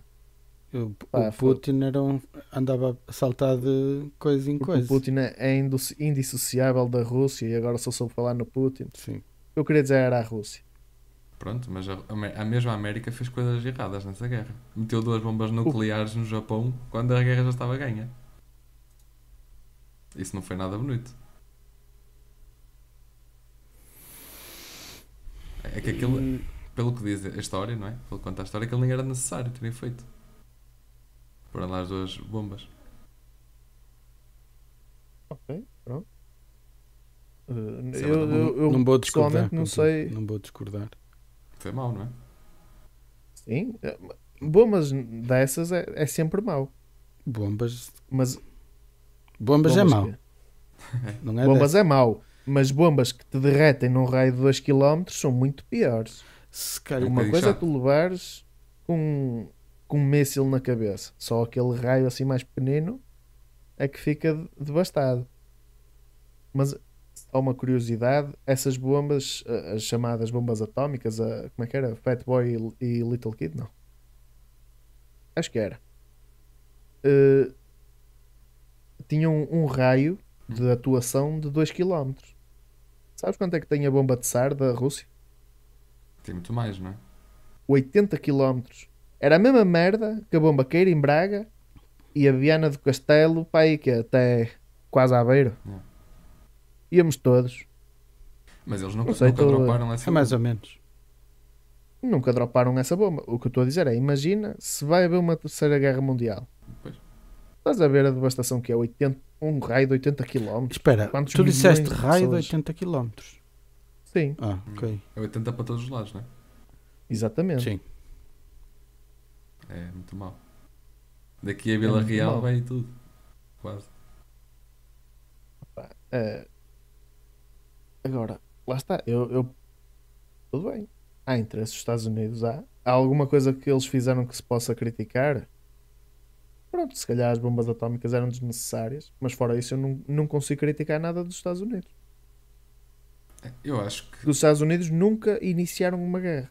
B: O,
C: Pá, é
B: o Putin era um, andava a saltar de coisa em
C: porque
B: coisa.
C: o Putin é- é indu- indissociável da Rússia e agora só soube falar no Putin.
B: Sim.
C: Eu queria dizer era a Rússia.
A: Pronto, mas a, a me- a mesma América fez coisas erradas nessa guerra. Meteu duas bombas nucleares no Japão quando a guerra já estava ganha. Isso não foi nada bonito. É que aquilo, pelo que diz a história, não é? Pelo que conta a história, aquilo nem era necessário terem feito. Foram lá as duas bombas.
C: Ok, pronto. Uh,
A: Isso é
C: eu,
A: verdade.
C: Eh, eu, eu
B: é não vou discordar. é,
C: pessoalmente não
B: contigo,
C: sei.
B: Não vou discordar.
A: Foi mau, não é?
C: Sim. Bombas dessas é, é sempre mau.
B: Bombas.
C: Mas
B: Bombas, é mau.
C: que-
B: Não é
C: bombas é mau. Mas bombas que te derretem num raio de 2 km são muito piores.
B: dessa. Se calhar.
C: Uma
A: bocadinho
C: coisa é
A: chato.
C: tu levares com, com um míssil na cabeça. Só aquele raio assim mais pequenino é que fica de- devastado. Mas há uma curiosidade: essas bombas, a- as chamadas bombas atómicas, a, como é que era? Fat Boy e, e Little Kid? Não. Acho que era. Eh, tinham um raio de atuação de 2 km. Sabes quanto é que tem a bomba de SAR da Rússia?
A: Tem muito mais, não é?
C: 80 km. Era a mesma merda que a bomba queira em Braga e a Viana do Castelo, pai, que é até quase à beira.
A: Hum.
C: Íamos todos.
A: Mas eles nunca,
C: Não sei,
A: nunca
C: tô-
A: droparam essa.
B: É mais ou menos.
C: Nunca droparam essa bomba. O que eu estou a dizer é: imagina se vai haver uma terceira guerra mundial.
A: Pois.
C: Estás a ver a devastação que é 80, um raio de 80 km?
B: Espera,
C: Quantos
B: tu disseste
C: milhões de
B: raio de
C: pessoas? Hum.
B: 80 km.
C: Sim,
B: Ah, ok.
A: É 80 para todos os lados, não é?
C: exatamente.
B: Sim.
A: É muito mau. Daqui a Vila
C: muito
A: Real
C: mau.
A: vai tudo. Quase.
C: Ah, agora, lá está. Eu, eu- Tudo bem. Há interesse dos Estados Unidos. Há. há alguma coisa que eles fizeram que se possa criticar? Pronto, se calhar as bombas atómicas eram desnecessárias, mas fora isso eu não, não consigo criticar nada dos Estados Unidos.
A: Eu acho que.
C: Porque os Estados Unidos nunca iniciaram uma guerra.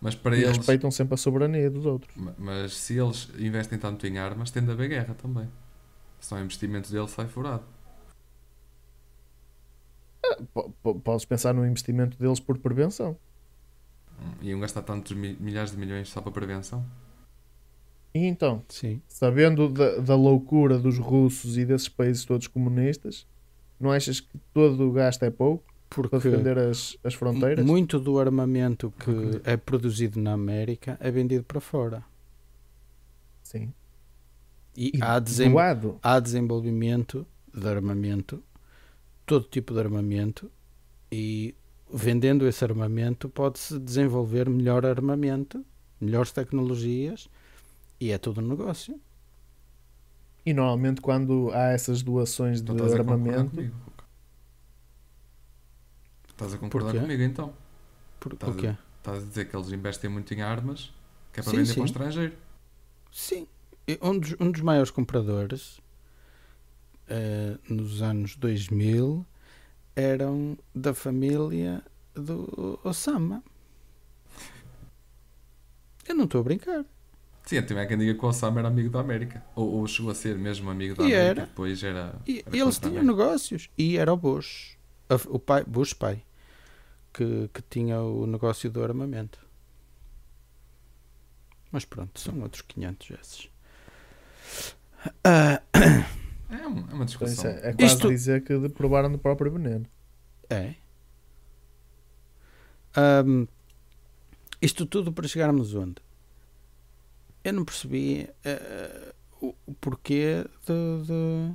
A: Mas para
C: E
A: eles.
C: respeitam sempre a soberania dos outros.
A: Ma- Mas se eles investem tanto em armas, tende a haver guerra também. Só o investimento deles sai furado.
C: Po- po- Podes pensar no investimento deles por prevenção.
A: Hum, Iam gastar tantos mi- milhares de milhões só para prevenção.
C: E então,
B: Sim.
C: sabendo da, da loucura dos russos e desses países todos comunistas, não achas que todo o gasto é pouco para
B: Porque
C: defender as, as
B: mu-
C: fronteiras?
B: muito do armamento que é produzido na América é vendido para fora.
C: Sim.
B: E,
C: E
B: há, desem-
C: doado.
B: há desenvolvimento de armamento, todo tipo de armamento, e vendendo esse armamento pode-se desenvolver melhor armamento, melhores tecnologias, e é todo um negócio.
C: E normalmente quando há essas doações de
A: Então estás a concordar
C: armamento,
A: comigo. Cuca. Estás a concordar
B: Porquê?
A: comigo então.
B: Por,
A: Estás
B: o quê?
A: Estás a dizer que eles investem muito em armas, que é para
B: Sim,
A: vender
B: sim.
A: para o estrangeiro.
B: Sim, E um dos, um dos maiores compradores eh, nos anos 2000 eram da família do Osama. Eu não estou a brincar.
A: Sim, até há quem diga que o Osama era amigo da América. Ou, ou chegou a ser mesmo amigo da
B: E
A: América.
B: era.
A: Depois era.
B: E
A: era
B: eles
A: contra a
B: tinham
A: América.
B: negócios. E era o Bush, A f- o pai, Bush pai, que, que tinha o negócio do armamento. Mas pronto, são outros 500 esses. Ah,
A: É, um- é uma
C: então isso
A: discussão.
C: é, é quase
B: Isto-
C: dizer que de- provaram do próprio veneno.
B: É. Ahm, isto tudo para chegarmos onde? Eu não percebi eh, o, o porquê de, de-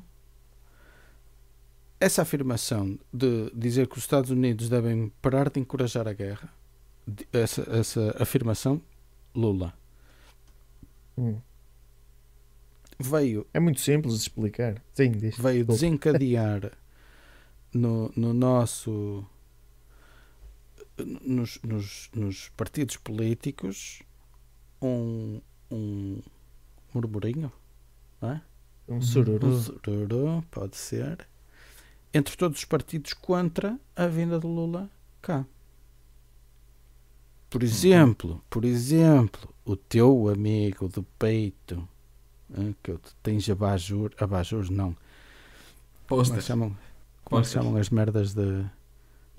B: Essa afirmação de dizer que os Estados Unidos devem parar de encorajar a guerra, de- essa, essa afirmação, Lula,
C: Hum.
B: veio
C: É muito simples de explicar. Sim, diz.
B: veio
C: Desculpa.
B: desencadear no, no nosso nos, nos, nos partidos políticos um, um murmurinho
C: Um sururu.
B: um zururu, pode ser entre todos os partidos contra a vinda de Lula cá por exemplo por exemplo o teu amigo do peito eh, que tu tens abajur abajur não como é que
A: Postas,
B: chamam? Como é que
A: Postas.
B: chamam as merdas de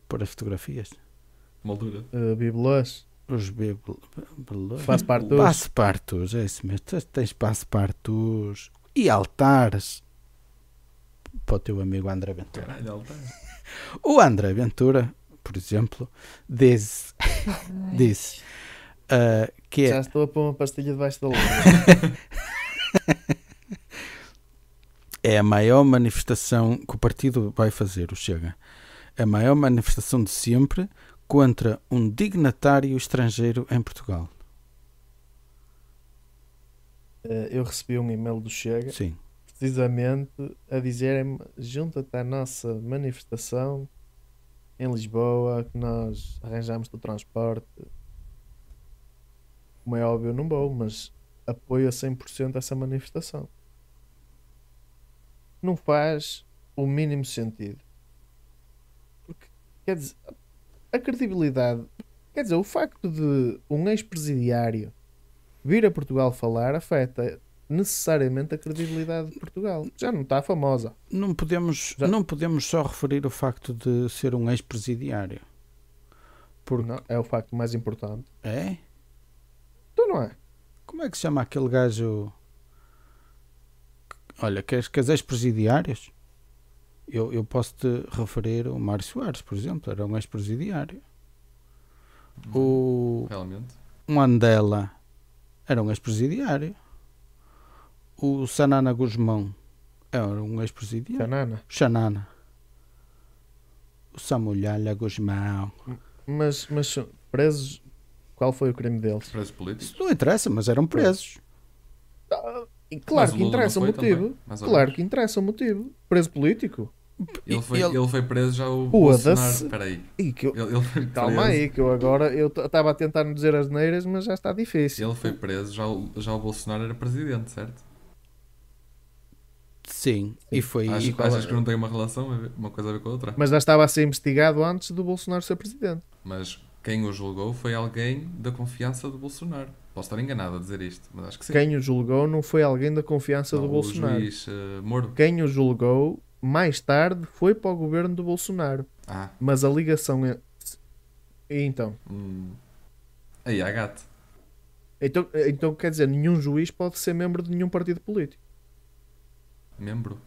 B: pôr as fotografias?
A: moldura.
C: Uh, bibelôs.
B: Os bebel... belo-
C: Faz parte dos.
B: Passepartus, é isso mesmo. Tens- Tens passepartus e altares para o teu amigo André Ventura.
A: Caralho, altar.
B: tá. O André Ventura, por exemplo, diz, diz ah, que
C: Já
B: é,
C: estou a pôr uma pastilha debaixo da lua.
B: é a maior manifestação que o partido vai fazer, o Chega. A maior manifestação de sempre contra um dignatário estrangeiro em Portugal.
C: Eh, eu recebi um e-mail do Chega
B: Sim.
C: precisamente a dizerem-me junta-te à nossa manifestação em Lisboa que nós arranjamos o transporte como é óbvio eu não vou mas apoio a 100% essa manifestação não faz o mínimo sentido Porque, quer dizer a credibilidade quer dizer o facto de um ex-presidiário vir a Portugal falar afeta necessariamente a credibilidade de Portugal. Já não está famosa.
B: Não podemos,
C: Já-
B: não podemos só referir o facto de ser um ex-presidiário. Porque
C: Não, é o facto mais importante.
B: é?
C: Então não é.
B: Como é que se chama aquele gajo? Olha, queres, queres ex-presidiários? Eu, eu posso te referir o Mário Soares, por exemplo, era um ex-presidiário. O
A: Realmente.
B: Mandela era um ex-presidiário. O Sanana Guzmão era um ex-presidiário.
C: Canana.
B: Xanana. O Samulhalha Guzmão.
C: Mas, mas são presos, qual foi o crime deles?
A: Presos políticos.
B: Isso não interessa, mas eram presos.
C: Ah, e
A: Mas
C: claro
A: o
C: que
A: Lula não
C: interessa o
A: foi também,
C: motivo.
A: mais ou
C: Claro
A: menos.
C: que interessa o motivo. Preso político.
A: Ele foi,
B: ele-
A: ele... foi preso já o
C: Foda-se.
A: Bolsonaro. Espera aí.
C: E que eu-
A: Ele, ele foi
C: Calma
A: preso.
C: aí, que eu agora eu estava a tentar não dizer as neiras, mas já está difícil.
A: Ele foi preso, já o, já o Bolsonaro era presidente, certo?
B: Sim, e foi.
A: Acho-
B: e-
A: achas
C: é?
A: que não tem uma relação, a ver- uma coisa a ver com a outra.
C: Mas já estava a ser investigado antes do Bolsonaro ser presidente.
A: Mas quem o julgou foi alguém da confiança do Bolsonaro. Posso estar enganado a dizer isto, mas acho que sim.
C: Quem o julgou não foi alguém da confiança
A: Não,
C: do Bolsonaro.
A: O juiz eh, Moro.
C: Quem o julgou mais tarde foi para o governo do Bolsonaro.
A: Ah,
C: Mas a ligação é. E então?
A: hum. Aí, há gato.
C: então? Então quer dizer, nenhum juiz pode ser membro de nenhum partido político.
A: Membro.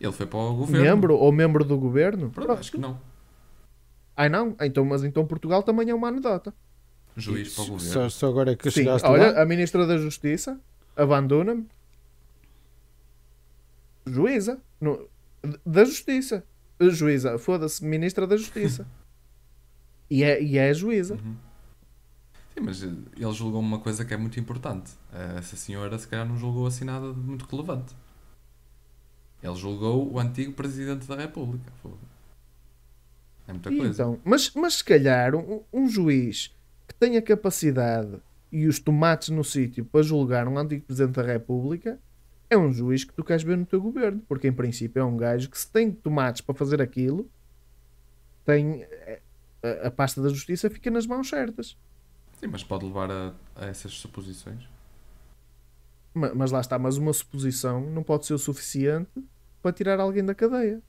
A: Ele foi para o governo.
C: Membro ou membro do governo?
A: Pronto, acho que não.
C: Ai não? Então, mas então Portugal também é uma anedota.
A: Juiz para o
B: Só,
A: governo.
B: só agora é que
C: Sim,
B: chegaste
C: olha,
B: lá.
C: a Ministra da Justiça abandona-me. Juíza. no- da Justiça. Juíza, foda-se, Ministra da Justiça. e, é, e é juíza.
A: Uhum. Sim, mas eh, ele julgou uma coisa que é muito importante. Eh, Essa senhora, se calhar, não julgou assim nada de muito relevante. Ele julgou o antigo presidente da República. Fogo. É muita
C: E
A: coisa.
C: Então, mas, mas se calhar um, um juiz que tenha capacidade e os tomates no sítio para julgar um antigo Presidente da República é um juiz que tu queres ver no teu governo, porque em princípio é um gajo que se tem tomates para fazer aquilo, tem eh, a, a pasta da justiça fica nas mãos certas.
A: Sim, mas pode levar a, a essas suposições.
C: Ma- Mas, lá está, mas uma suposição não pode ser o suficiente para tirar alguém da cadeia.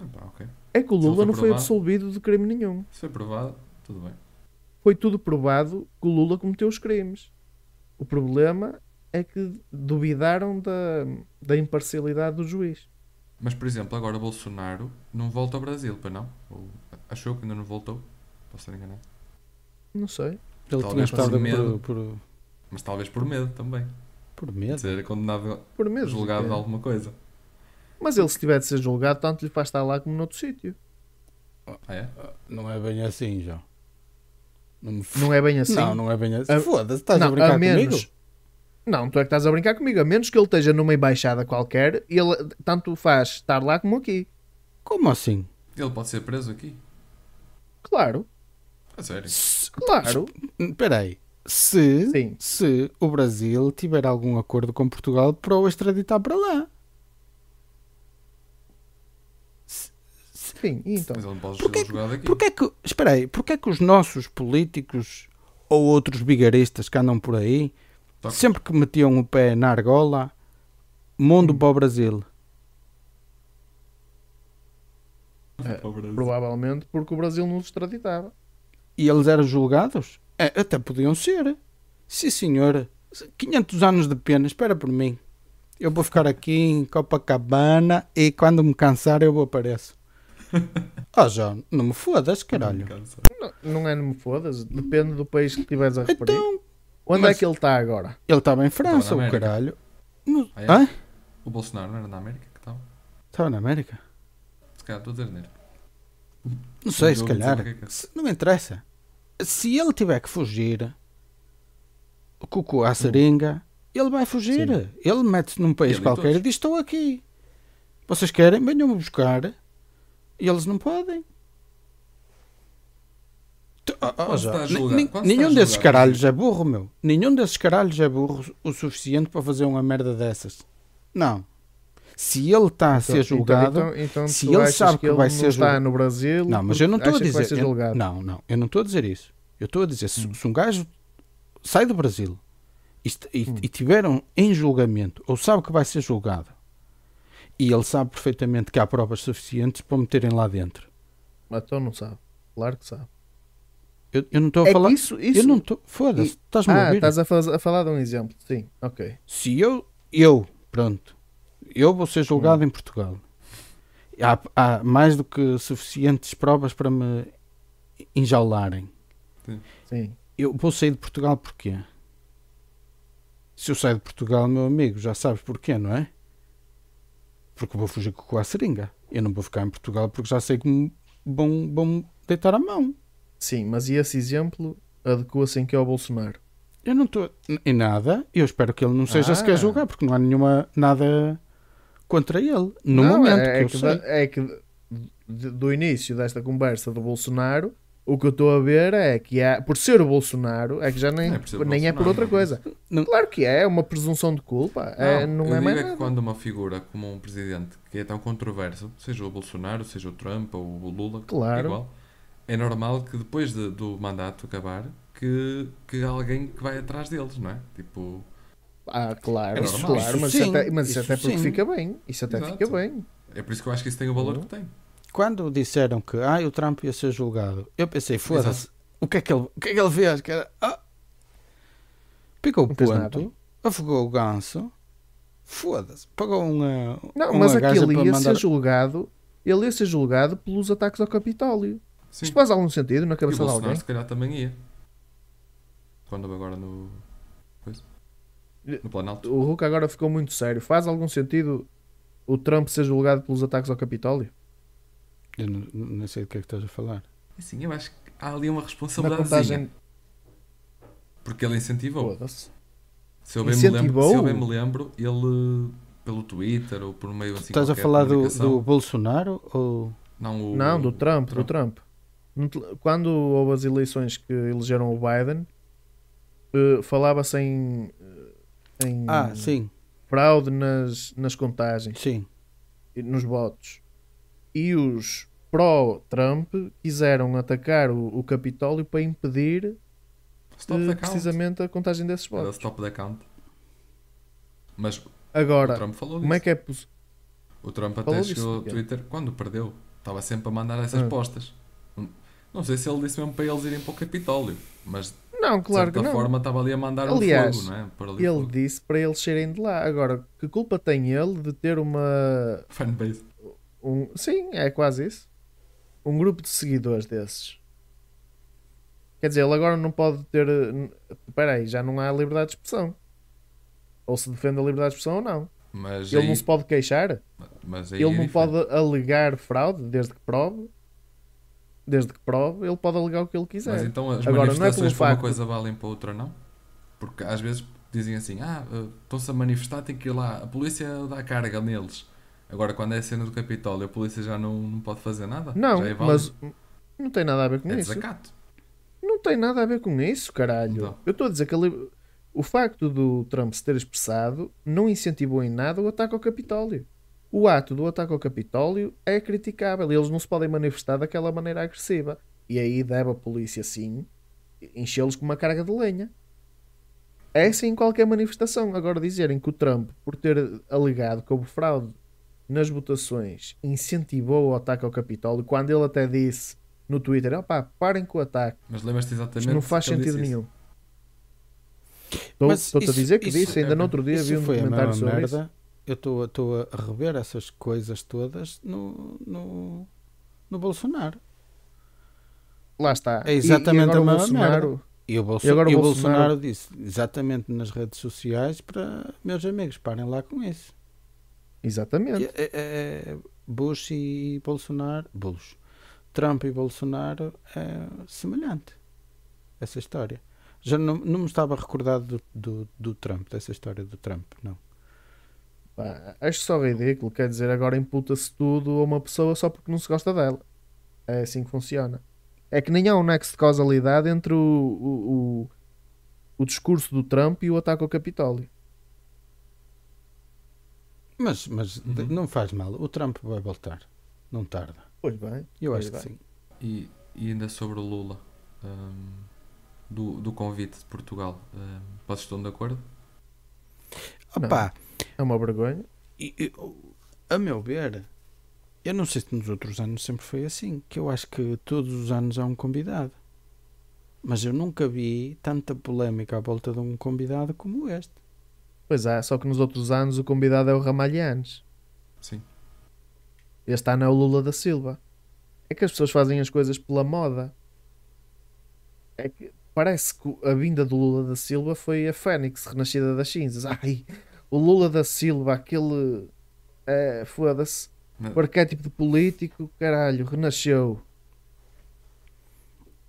A: Ah, pá, ok.
C: É que
A: Se
C: o
A: ele
C: Lula
A: for
C: não foi
A: provado.
C: absolvido de crime nenhum.
A: Se foi provado, tudo bem.
C: foi tudo provado que o Lula cometeu os crimes. O problema é que duvidaram da, da imparcialidade do juiz.
A: Mas, por exemplo, agora Bolsonaro não volta ao Brasil, para não? Ou achou que ainda não voltou? Posso estar enganado.
C: Não sei.
B: Ele tinha
A: talvez por
B: estado por,
A: medo.
B: por,
A: Mas talvez por medo também.
B: por
A: De
B: medo.
A: ser condenado,
C: Por medo.
A: julgado
C: é.
A: de alguma coisa.
C: Mas ele, se tiver de ser julgado, tanto lhe faz estar lá como noutro sítio.
A: Ah, é?
B: Não é bem assim, João. Não, me f-
C: Não é bem assim.
B: não, não é bem assim.
C: A-
B: Foda-se, estás
C: Não,
B: a brincar
C: menos.
B: comigo?
C: Não, tu é que estás a brincar comigo. A menos que ele esteja numa embaixada qualquer, ele tanto faz estar lá como aqui.
B: Como assim?
A: Ele pode ser preso aqui?
C: Claro,
A: A sério?
B: Se-
C: claro.
B: Espera aí. Hum, Se,
C: Sim.
B: se o Brasil tiver algum acordo com Portugal para o extraditar para lá.
C: Sim, e então.
A: Mas ele não pode
B: Porquê
A: ser
B: que-
A: julgado aqui.
B: Porquê que, espera aí, porquê que os nossos políticos ou outros bigaristas que andam por aí,
A: Toca.
B: sempre que metiam o pé na argola, mundo
A: Hum.
B: para o Brasil?
C: É.
A: Para o Brasil.
C: Provavelmente porque o Brasil não os extraditava.
B: e eles eram julgados? É, até podiam ser. Sim, senhor. 500 anos de pena, espera por mim. Eu vou ficar aqui em Copacabana e quando me cansar eu apareço. Ah, João, não me fodas, caralho.
A: Cansa.
C: Não, não é, não me fodas. Depende do país que estiveres a referir.
B: Então,
C: Onde
B: Mas-
C: é que ele está agora?
B: ele estava em França,
A: Estava na
B: o
A: América.
B: caralho. Mas-
A: Ah, é?
B: Hã?
A: O Bolsonaro não era na América? Que tal?
B: Estava na América?
A: Se calhar estou a dizer, né?
B: Não sei,
A: Eu
B: se
A: ouvi dizer é
B: calhar.
A: qualquer coisa.
B: Se- Não interessa. Se ele tiver que fugir com o cu à seringa, ele vai fugir. Ele mete-se num país
A: Ele e
B: qualquer e
A: todos.
B: diz: Estou aqui. Vocês querem? Venham-me buscar. E eles não podem. Tu- oh, oh,
A: Quando se está a
B: Ni-
A: julgar-
B: ni-
A: quando se está a
B: Nenhum desses
A: julgar,
B: caralhos é burro, meu. Nenhum desses caralhos é burro o suficiente para fazer uma merda dessas. Não. Se ele está a ser julgado.
C: Então, então
B: se
C: tu
B: ele
C: achas
B: sabe que
C: ele
B: vai
C: não
B: ser
C: está
B: julgado-
C: no Brasil.
B: Não, mas
C: porque
B: eu não estou a
C: acha que vai
B: dizer.
C: ser
B: eu-
C: julgado.
B: não, não, eu não estou a dizer isso. Eu estou a dizer, se, se um gajo sai do Brasil e, est- e,
C: Hum.
B: e tiveram em julgamento, ou sabe que vai ser julgado, e ele sabe perfeitamente que há provas suficientes para o meterem lá dentro.
C: Então não sabe. Claro que sabe.
B: Eu, eu não estou a
C: É que
B: falar.
C: isso- isso-
B: Eu não estou. Foda-se, estás-me a
C: Ah,
B: ouvir?
C: estás a, faz- a falar de um exemplo. Sim, ok.
B: Se eu, eu, pronto, eu vou ser julgado
C: Hum.
B: em Portugal. Há, há mais do que suficientes provas para me enjaularem.
C: Sim.
B: Eu vou sair de Portugal porquê? Se eu sair de Portugal, meu amigo, já sabes porquê, não é? Porque vou fugir com a seringa. Eu não vou ficar em Portugal porque já sei que me vão, vão deitar a mão.
C: Sim, mas e esse exemplo adequa-se em que ao Bolsonaro?
B: Eu não estou em nada. Eu espero que ele não seja
C: Ah.
B: sequer julgar porque não há nenhuma nada contra ele. No
C: Não,
B: momento
C: é,
B: que
C: é
B: eu
C: que,
B: sei.
C: da- é que de- do início desta conversa do Bolsonaro, o que eu estou a ver é que há, por ser o Bolsonaro, é que já nem,
A: É por ser o
C: nem é por
A: Bolsonaro,
C: outra
A: não.
C: coisa.
B: Não-
C: Claro que é, é uma presunção de culpa. é,
A: Não,
C: não
A: eu
C: é
A: digo
C: mais
A: é
C: nada.
A: que quando uma figura como um presidente que é tão controverso, seja o Bolsonaro, seja o Trump ou o Lula,
C: Claro.
A: igual, é normal que depois de- do mandato acabar que, que alguém que vai atrás deles, não é? Tipo,
C: Ah, claro,
A: É
C: isso,
A: normal.
C: claro, mas
B: Isso
C: isso
B: sim,
C: até, mas isso
B: isso
C: até porque
B: sim.
C: fica bem. Isso até
A: Exato.
C: fica bem.
A: é por isso que eu acho que isso tem o
C: Uhum.
A: valor que tem.
B: Quando disseram que ah, o Trump ia ser julgado, eu pensei, foda-se, o que é que ele, o que é que ele fez? Que era, ah. Picou o
C: Não fez nada.
B: ponto, afogou o ganso, foda-se, pagou uma.
C: Não,
B: uma
C: mas
B: gaja
C: aquele
B: para
C: ia
B: mandar-
C: ser julgado, ele ia ser julgado pelos ataques ao Capitólio.
A: Sim.
C: Isto faz algum sentido na
A: E o
C: cabeça de
A: Bolsonaro
C: alguém?
A: se calhar também ia. Quando agora no. coisa? No Planalto.
C: O Hulk agora ficou muito sério. Faz algum sentido o Trump ser julgado pelos ataques ao Capitólio?
B: Eu não, não sei do que é que estás a falar.
A: Assim, eu acho que há ali uma
C: Na
A: responsabilidadezinha.
C: contagem.
A: Porque ele incentivou.
C: Foda-se.
A: Se eu, bem me lembro,
C: Incentivou?
A: se eu bem me lembro, ele pelo Twitter ou por meio assim.
B: estás a
A: qualquer
B: falar do,
A: comunicação-
B: do Bolsonaro ou.
A: Não, o-
C: Não, do Trump, do Trump. Não te- Quando houve as eleições que elegeram o Biden, eh, falava-se em, eh, em
B: Ah, sim,
C: fraude nas, nas contagens,
B: sim.
C: e nos votos. E os pró-Trump quiseram atacar o, o Capitólio para impedir
A: Stop
C: eh,
A: the count.
C: precisamente a contagem desses
A: Era
C: votos.
A: stop the count. Mas o
C: Agora,
A: Trump falou disso.
C: como é que é possível?
A: O Trump até
C: Falou disso,
A: chegou ao
C: Miguel.
A: Twitter quando perdeu. Estava sempre a mandar essas
C: Ah.
A: postas. Hum, Não sei se ele disse mesmo para eles irem para o Capitólio, mas de
C: Não, claro que
A: certa
C: não.
A: forma estava ali a mandar
C: Aliás,
A: um fogo, não é? Para ali o
C: Ele
A: fogo.
C: disse para eles saírem de lá. Agora, que culpa tem ele de ter uma
A: Fanbase.
C: Um, sim, é quase isso. Um grupo de seguidores desses. Quer dizer, ele agora não pode ter. eh, n- Espera aí, já não há liberdade de expressão. Ou se defende a liberdade de expressão ou não.
A: Mas
C: ele
A: aí,
C: não se pode queixar.
A: mas aí
C: Ele
A: é
C: não
A: diferente.
C: pode alegar fraude, desde que prove. Desde que prove, ele pode alegar o que ele
A: Mas
C: quiser.
A: então as
C: Agora, não é pelo
A: manifestações para uma
C: facto-
A: coisa valem para outra não? Porque às vezes dizem assim, ah, eh, estão-se a manifestar, tem que ir lá, a polícia dá carga neles. Agora quando é a cena do Capitólio, a polícia já não, não pode fazer nada?
C: Não,
A: já é válido.
C: mas não tem nada a ver com
A: é
C: isso.
A: desacato.
C: Não tem nada a ver com isso, caralho.
A: Então.
C: Eu estou a dizer que ele- o facto do Trump se ter expressado não incentivou em nada o ataque ao Capitólio. O ato do ataque ao Capitólio é criticável. Eles não se podem manifestar daquela maneira agressiva. E aí deve a polícia, sim, enchê-los com uma carga de lenha. É assim em qualquer manifestação. Agora dizerem que o Trump, por ter alegado que houve fraude nas votações, incentivou o ataque ao Capitólio, quando ele até disse no Twitter, opá, parem com o ataque.
A: Mas lembras-te exatamente
C: Isto não faz
A: que ele
C: sentido
A: disse isso?
C: nenhum.
B: Mas
C: Estou-te a
B: isso-
C: dizer que
B: isso-
C: disse, ainda no outro dia vi
B: Isso
C: um
B: foi a
C: comentário
B: mesma
C: sobre isso.
B: merda. Eu estou- estou a rever essas coisas todas no, no, no Bolsonaro.
C: Lá está.
B: É exatamente
C: e, e agora
B: a
C: o
B: mesma
C: Bolsonaro,
B: E o, Bolso-
C: E agora o
B: e o Bolsonaro...
C: Bolsonaro-
B: disse exatamente nas redes sociais para meus amigos, parem lá com isso.
C: Exatamente.
B: E- é- é- é Bush e Bolsonaro. Bush.
E: Trump e Bolsonaro é semelhante. Essa história. Já não, não me estava recordado do, do, do Trump, dessa história do Trump, não.
C: Pá, acho só ridículo. Quer dizer, agora imputa-se tudo a uma pessoa só porque não se gosta dela. É assim que funciona. É que nem há um nexo de causalidade entre o, o, o, o discurso do Trump e o ataque ao Capitólio.
E: Mas, mas de-
C: Uhum.
E: não faz mal. O Trump vai voltar. Não tarda.
C: Pois bem.
E: Eu
C: pois
E: acho que
C: bem.
E: sim.
A: E, e ainda sobre o Lula, hum, do, do convite de Portugal, hum, vocês estão de acordo?
C: Não.
E: Opa,
C: É uma vergonha.
E: E- e, a meu ver, eu não sei se nos outros anos sempre foi assim, que eu acho que todos os anos há um convidado. Mas eu nunca vi tanta polémica à volta de um convidado como este.
C: Pois é, só que nos outros anos o convidado é o Ramalhianes.
A: Sim.
C: Este ano é o Lula da Silva. É que as pessoas fazem as coisas pela moda. É que parece que a vinda do Lula da Silva foi a Fênix renascida das cinzas. Ai, o Lula da Silva, aquele. É, foda-se.
A: Não.
C: O arquétipo de político, caralho, renasceu.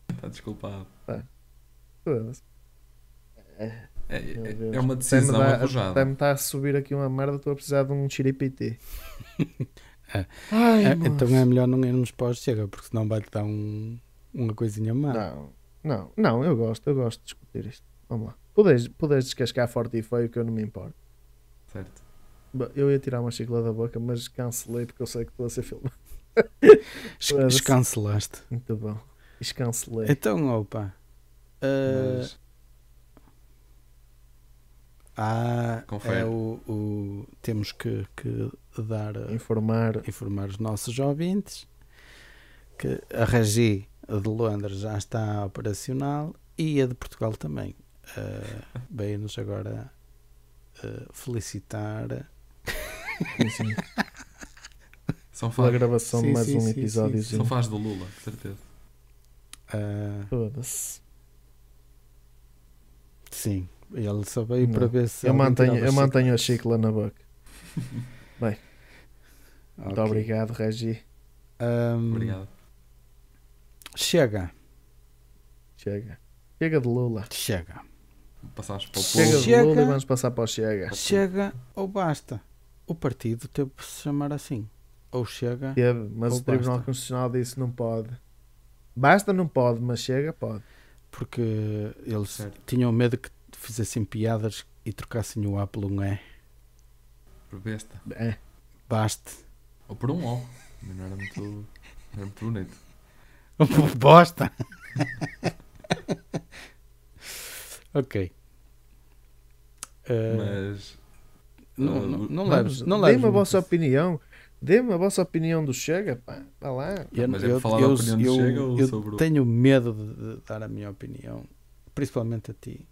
A: Está desculpado.
C: Foda-se.
A: É,
C: Meu
A: é-
C: Deus.
A: é uma
C: Até me
A: decisão
C: dá-
A: arrojada.
C: até me está a subir aqui uma merda, estou a precisar de um chiripiti.
B: É.
C: Ai,
B: É,
C: mano.
B: então é melhor não irmos para o Chega, porque senão vai-te dar um, uma coisinha má.
C: Não, não, não, eu gosto, eu gosto de discutir isto. Vamos lá. Podes, podes descascar forte e feio que eu não me importo.
A: Certo.
C: Ba- Eu ia tirar uma chicla da boca, mas cancelei porque eu sei que estou a ser filmado.
B: Es-
C: foda-se.
B: Escancelaste.
C: Muito bom. Escancelei.
B: Então, opa.
E: eh,
B: ah,
A: Mas,
B: Ah,
A: Confere.
B: é o, o- temos que, que dar
E: eh,
B: a-
C: Informar.
B: informar os nossos ouvintes que a Regi de Londres já está operacional e a de Portugal também. Ah, Veio-nos agora ah, felicitar.
C: Sim,
A: são,
C: assim, pela
A: fãs,
C: gravação de
B: Sim,
C: mais
B: sim,
C: um
B: sim,
C: episódio.
B: sim,
A: são fãs do Lula, de certeza.
B: ah,
C: Foda-se.
B: sim, ele só veio
C: Não.
B: para ver se
C: Eu
B: alguém
C: mantenho,
B: tirava
C: eu
B: as
C: mantenho a
B: chicletes.
C: chicla na boca. Muito
B: Ok.
C: obrigado, Regi. Hum.
B: Ahm,
A: Obrigado.
B: Chega,
C: Chega. Chega de Lula.
B: chega,
A: Passámos para o
C: Chega
A: povo.
C: de Lula
B: Chega.
C: e vamos passar para o Chega.
B: chega ou basta. O partido teve que se chamar assim. Ou chega.
C: Teve, mas
B: Ou
C: o Tribunal
B: basta.
C: Constitucional disse não pode. Basta não pode, mas chega pode.
B: porque eles
A: Certo.
B: tinham medo que fizessem piadas e trocassem o A por um E.
A: Por besta.
C: É.
B: Baste.
A: Ou por um O. Não era muito, não era muito bonito.
B: Bosta! ok.
C: É.
B: Uh,
A: Mas
B: não,
A: uh,
B: não, não
C: Vamos,
B: leves, não leves.
C: Dê-me a
B: muito
C: vossa
B: isso.
C: opinião. Dê-me a vossa opinião do Chega, pá. Vá lá.
B: Eu,
A: Mas é
B: eu,
A: para falar da
B: eu,
A: opinião do
B: eu,
A: Chega ou
B: eu
A: sobre o-
B: tenho medo de, de dar a minha opinião, principalmente a ti.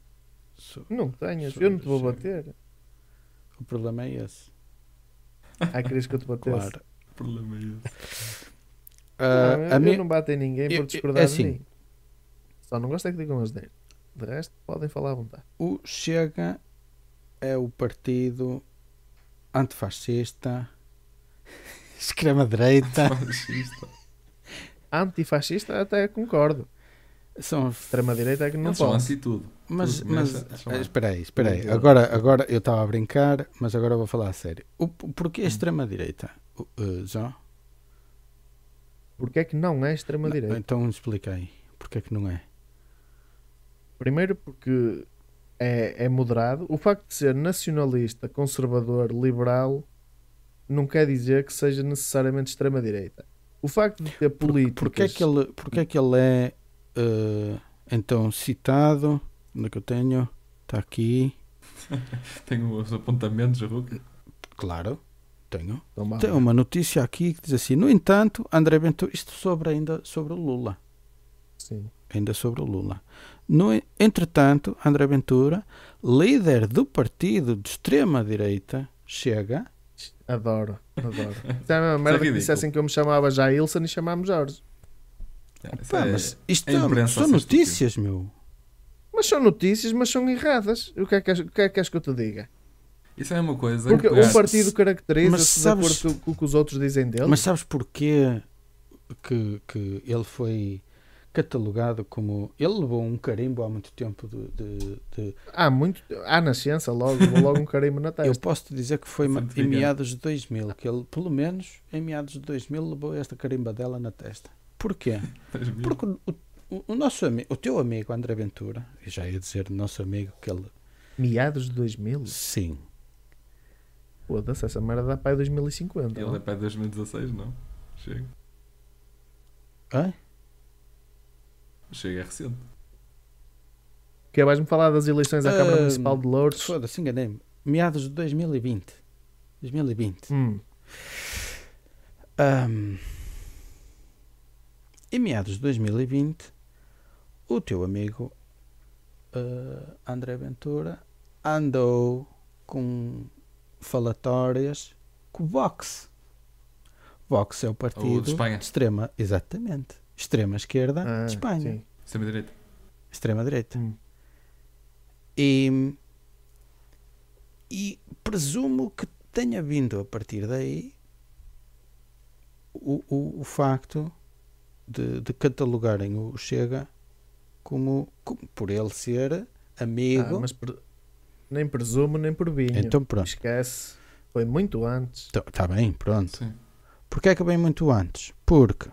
B: So-
C: Não tenhas,
B: Sobre
C: eu não te vou
B: Chega.
C: bater.
B: O problema é esse,
C: Ah, querias que eu te batesse?
B: claro.
A: o problema é esse.
B: Ah,
C: não,
B: a
C: eu,
B: mim-
C: eu não bato em ninguém
B: eu-
C: por
B: eu-
C: discordar
B: é assim.
C: de mim. Só não gosto é que digam as dele. De resto, podem falar à vontade.
B: O Chega é o partido antifascista, extrema-direita,
A: Fascista.
C: Antifascista até concordo.
B: são os-
C: Extrema-direita é que não
A: Eles são
C: posso.
A: anti-tudo.
B: mas,
A: Tudo,
B: mas
A: mas são-
B: eh, espera aí, espera aí.
C: Tudo.
B: Agora, agora eu estava a brincar, mas agora vou falar a sério. O, o- porquê a extrema-direita? O- eh, João?
C: Porque é que não é extrema-direita?
B: Então explica aí, porque é que não é?
C: Primeiro porque é, é moderado. O facto de ser nacionalista, conservador, liberal, não quer dizer que seja necessariamente extrema-direita. O facto de ter políticas...
B: Porquê é que ele, porque é, que ele é eh, então citado? Onde é que eu tenho? Está aqui,
A: Tenho os apontamentos, Hulk.
B: claro, tenho.
C: Toma lá.
B: Tem um- uma notícia aqui que diz assim: no entanto, André Ventura, isto sobre ainda sobre o Lula,
C: Sim.
B: ainda sobre o Lula. No, en- entretanto, André Ventura, líder do partido de extrema-direita, chega.
C: Adoro, adoro. Isso é uma merda que
A: ridículo.
C: dissessem que eu me chamava Jailson e chamámos Jorge. Ah,
A: É, isso
B: Pá,
A: é-
B: mas isto
A: a
B: é,
A: imprensa
B: são
A: a ser estúpida.
B: notícias, meu.
C: Mas são notícias, mas são erradas. O que é que, és- o que, é que és que eu te diga?
A: Isso é uma coisa.
C: Porque
A: que pegar-
C: um partido
B: mas
C: caracteriza-se de
B: sabes-
C: acordo com com o que os outros dizem dele.
B: Mas sabes porquê que, que ele foi catalogado como. Ele levou um carimbo há muito tempo de. de- de-
C: Há muito. Há na ciência, logo, vou logo um carimbo na
B: eu
C: testa.
B: posso te dizer que foi ma- em
A: Santificado.
B: meados de 2000, que ele, pelo menos em meados de 2000, levou esta carimba dela na testa. Porquê?
A: Dois mil.
B: Porque o, o- o nosso ami- o teu amigo André Ventura, eu já ia dizer nosso amigo que ele.
C: Meados de 2000?
B: Sim.
C: Foda-se, essa merda dá para 2050.
A: Ele é para 2016, não? Chega.
B: Hã?
A: Chega, é recente.
C: Que vais-me falar das eleições à Câmara
B: Ah,
C: Municipal de Lourdes?
B: Foda-se, enganei-me. Meados de 2020. 2020.
C: Hum,
B: Ahm, em meados de 2020, o teu amigo ah, André Ventura andou com falatórias com o Vox. Vox é o partido
A: de Espanha.
B: de extrema, exatamente, extrema esquerda
C: ah,
B: de Espanha,
C: sim.
A: Extrema-direita.
B: extrema direita.
C: Hum.
B: E, e presumo que tenha vindo a partir daí o, o, o facto de, de catalogarem o Chega como, como por ele ser amigo.
C: Ah, mas pre- nem presumo, nem previnho.
B: Então pronto,
C: Esquece. Foi muito antes.
B: está bem, pronto.
A: Sim.
B: Porquê é que vem muito antes? Porque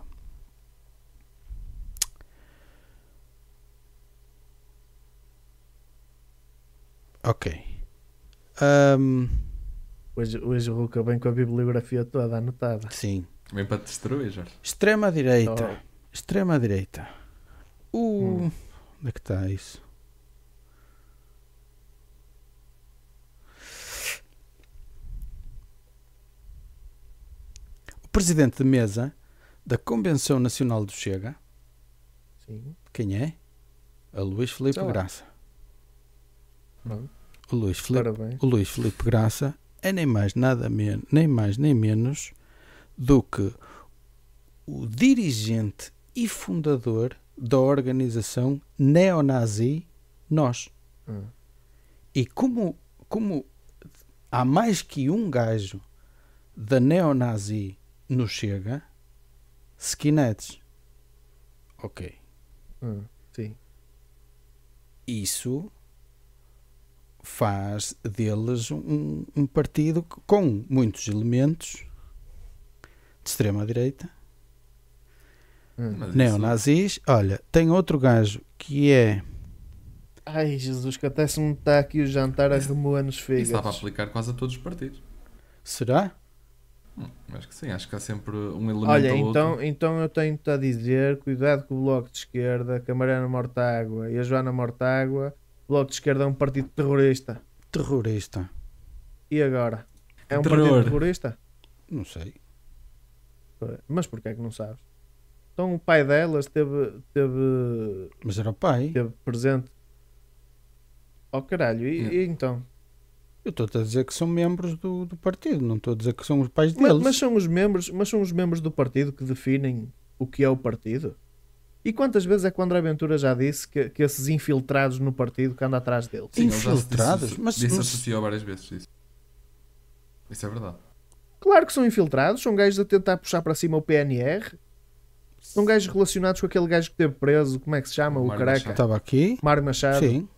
B: Ok. Ahm,
C: Hoje, hoje o Ruca vem com a bibliografia toda anotada.
B: sim.
A: Vem para te destruir, Jorge.
B: Extrema direita.
C: Ora,
B: Extrema direita. O.
C: Oh. Hum.
B: Onde é que está isso? O presidente de mesa da Convenção Nacional do Chega,
C: Sim,
B: quem é? A Luís Filipe
C: Sei lá.
B: Graça.
C: pronto.
B: O Luís Filipe
C: Parabéns.
B: o Luís Filipe Graça é nem mais nada men nem mais nem menos do que o dirigente e fundador da organização neonazi Nós.
C: Ah.
B: E como, como há mais que um gajo da neonazi no Chega, skinheads. Ok.
C: Ah, sim.
B: isso faz deles um, um partido com muitos elementos de extrema-direita,
C: Ah.
A: Mas isso-
B: neonazis. Olha, tem outro gajo que é.
C: Ai, Jesus, que até se me está aqui o jantar a remoer nos
A: Isso dá para
C: fígados.
A: aplicar quase a todos os partidos. Hum,
B: Será?
A: Acho que sim, acho que há sempre um elemento
C: Olha,
A: ou outro.
C: então, então eu tenho-te a dizer, cuidado com o Bloco de Esquerda, com a Mariana Mortágua e a Joana Mortágua. O Bloco de Esquerda é um partido terrorista.
B: Terrorista.
C: E agora? É um
A: Terror.
C: partido terrorista?
B: Não sei.
C: Mas porquê é que não sabes? Então o pai delas teve, teve,
B: Mas era o pai.
C: teve presente. Oh caralho, e,
A: Yeah.
C: e então?
B: Eu estou a dizer que são membros do, do partido, não estou a dizer que são os pais
C: Ma-
B: deles.
C: Mas, são os membros, mas são os membros do partido que definem o que é o partido? E quantas vezes é que o André Ventura já disse que, que esses infiltrados no partido que anda atrás dele?
A: Sim, ele já se
B: infiltrados,
A: disso-
B: mas-
A: disso
B: mas-
A: associou várias vezes isso. Isso é verdade.
C: Claro que são infiltrados, são gajos a tentar puxar para cima o PNR. São gajos relacionados com aquele gajo que teve preso, como é que se chama?
A: O
C: O,
A: Mário
C: careca.
A: Machado.
B: Estava aqui.
C: Mário Machado.
B: Sim.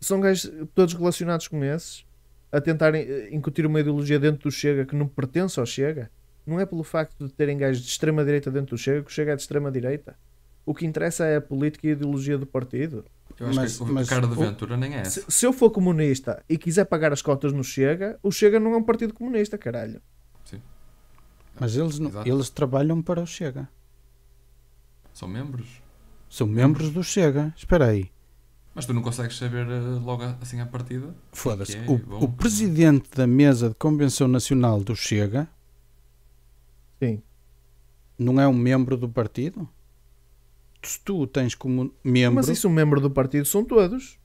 C: são gajos todos relacionados com esses a tentarem eh, incutir uma ideologia dentro do Chega que não pertence ao Chega. Não é pelo facto de terem gajos de extrema-direita dentro do Chega que o Chega é de extrema-direita. O que interessa é a política e a ideologia do partido.
A: Eu acho
B: Mas-
A: que
B: mas
A: o cara de
B: o-
A: Ventura nem é
C: Se,
A: essa.
C: se eu for comunista e quiser pagar as cotas no Chega, o Chega não é um partido comunista, caralho.
B: Mas eles, não,
A: Exato.
B: eles trabalham para o Chega.
A: São membros.
B: São membros do Chega. Espera aí.
A: Mas tu não consegues saber eh, logo assim à partida?
B: Foda-se.
A: Ok,
B: O,
A: bom,
B: o
A: bom.
B: presidente da mesa de convenção nacional do Chega
C: Sim.
B: não é um membro do partido? Se tu o tens como membro,
C: Mas isso, um membro do partido são todos.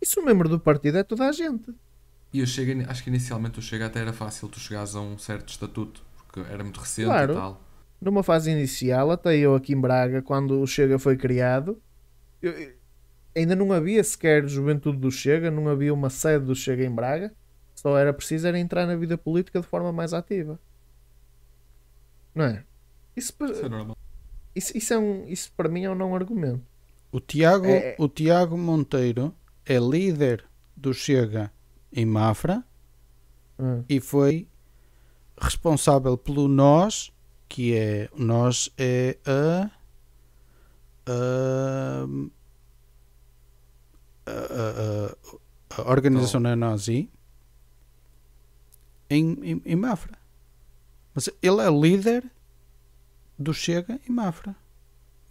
C: Isso, um membro do partido é toda a gente.
A: E eu chego, acho que inicialmente o Chega até era fácil tu chegares a um certo estatuto, porque era muito recente
C: Claro.
A: e tal.
C: numa fase inicial, até eu aqui em Braga, quando o Chega foi criado, eu- eu- ainda não havia sequer juventude do Chega, não havia uma sede do Chega em Braga, só era preciso era entrar na vida política de forma mais ativa. Não é? Isso, pa-
A: Isso é normal.
C: isso, isso é um, isso para mim é um não argumento.
B: O Tiago,
C: É-
B: o Tiago Monteiro é líder do Chega em Mafra
C: Ah,
B: e foi responsável pelo Nós, que é o Nós é a, a, a, a- a organização
A: Então.
B: neonazi em, em, em Mafra. Mas ele é o líder do Chega em Mafra.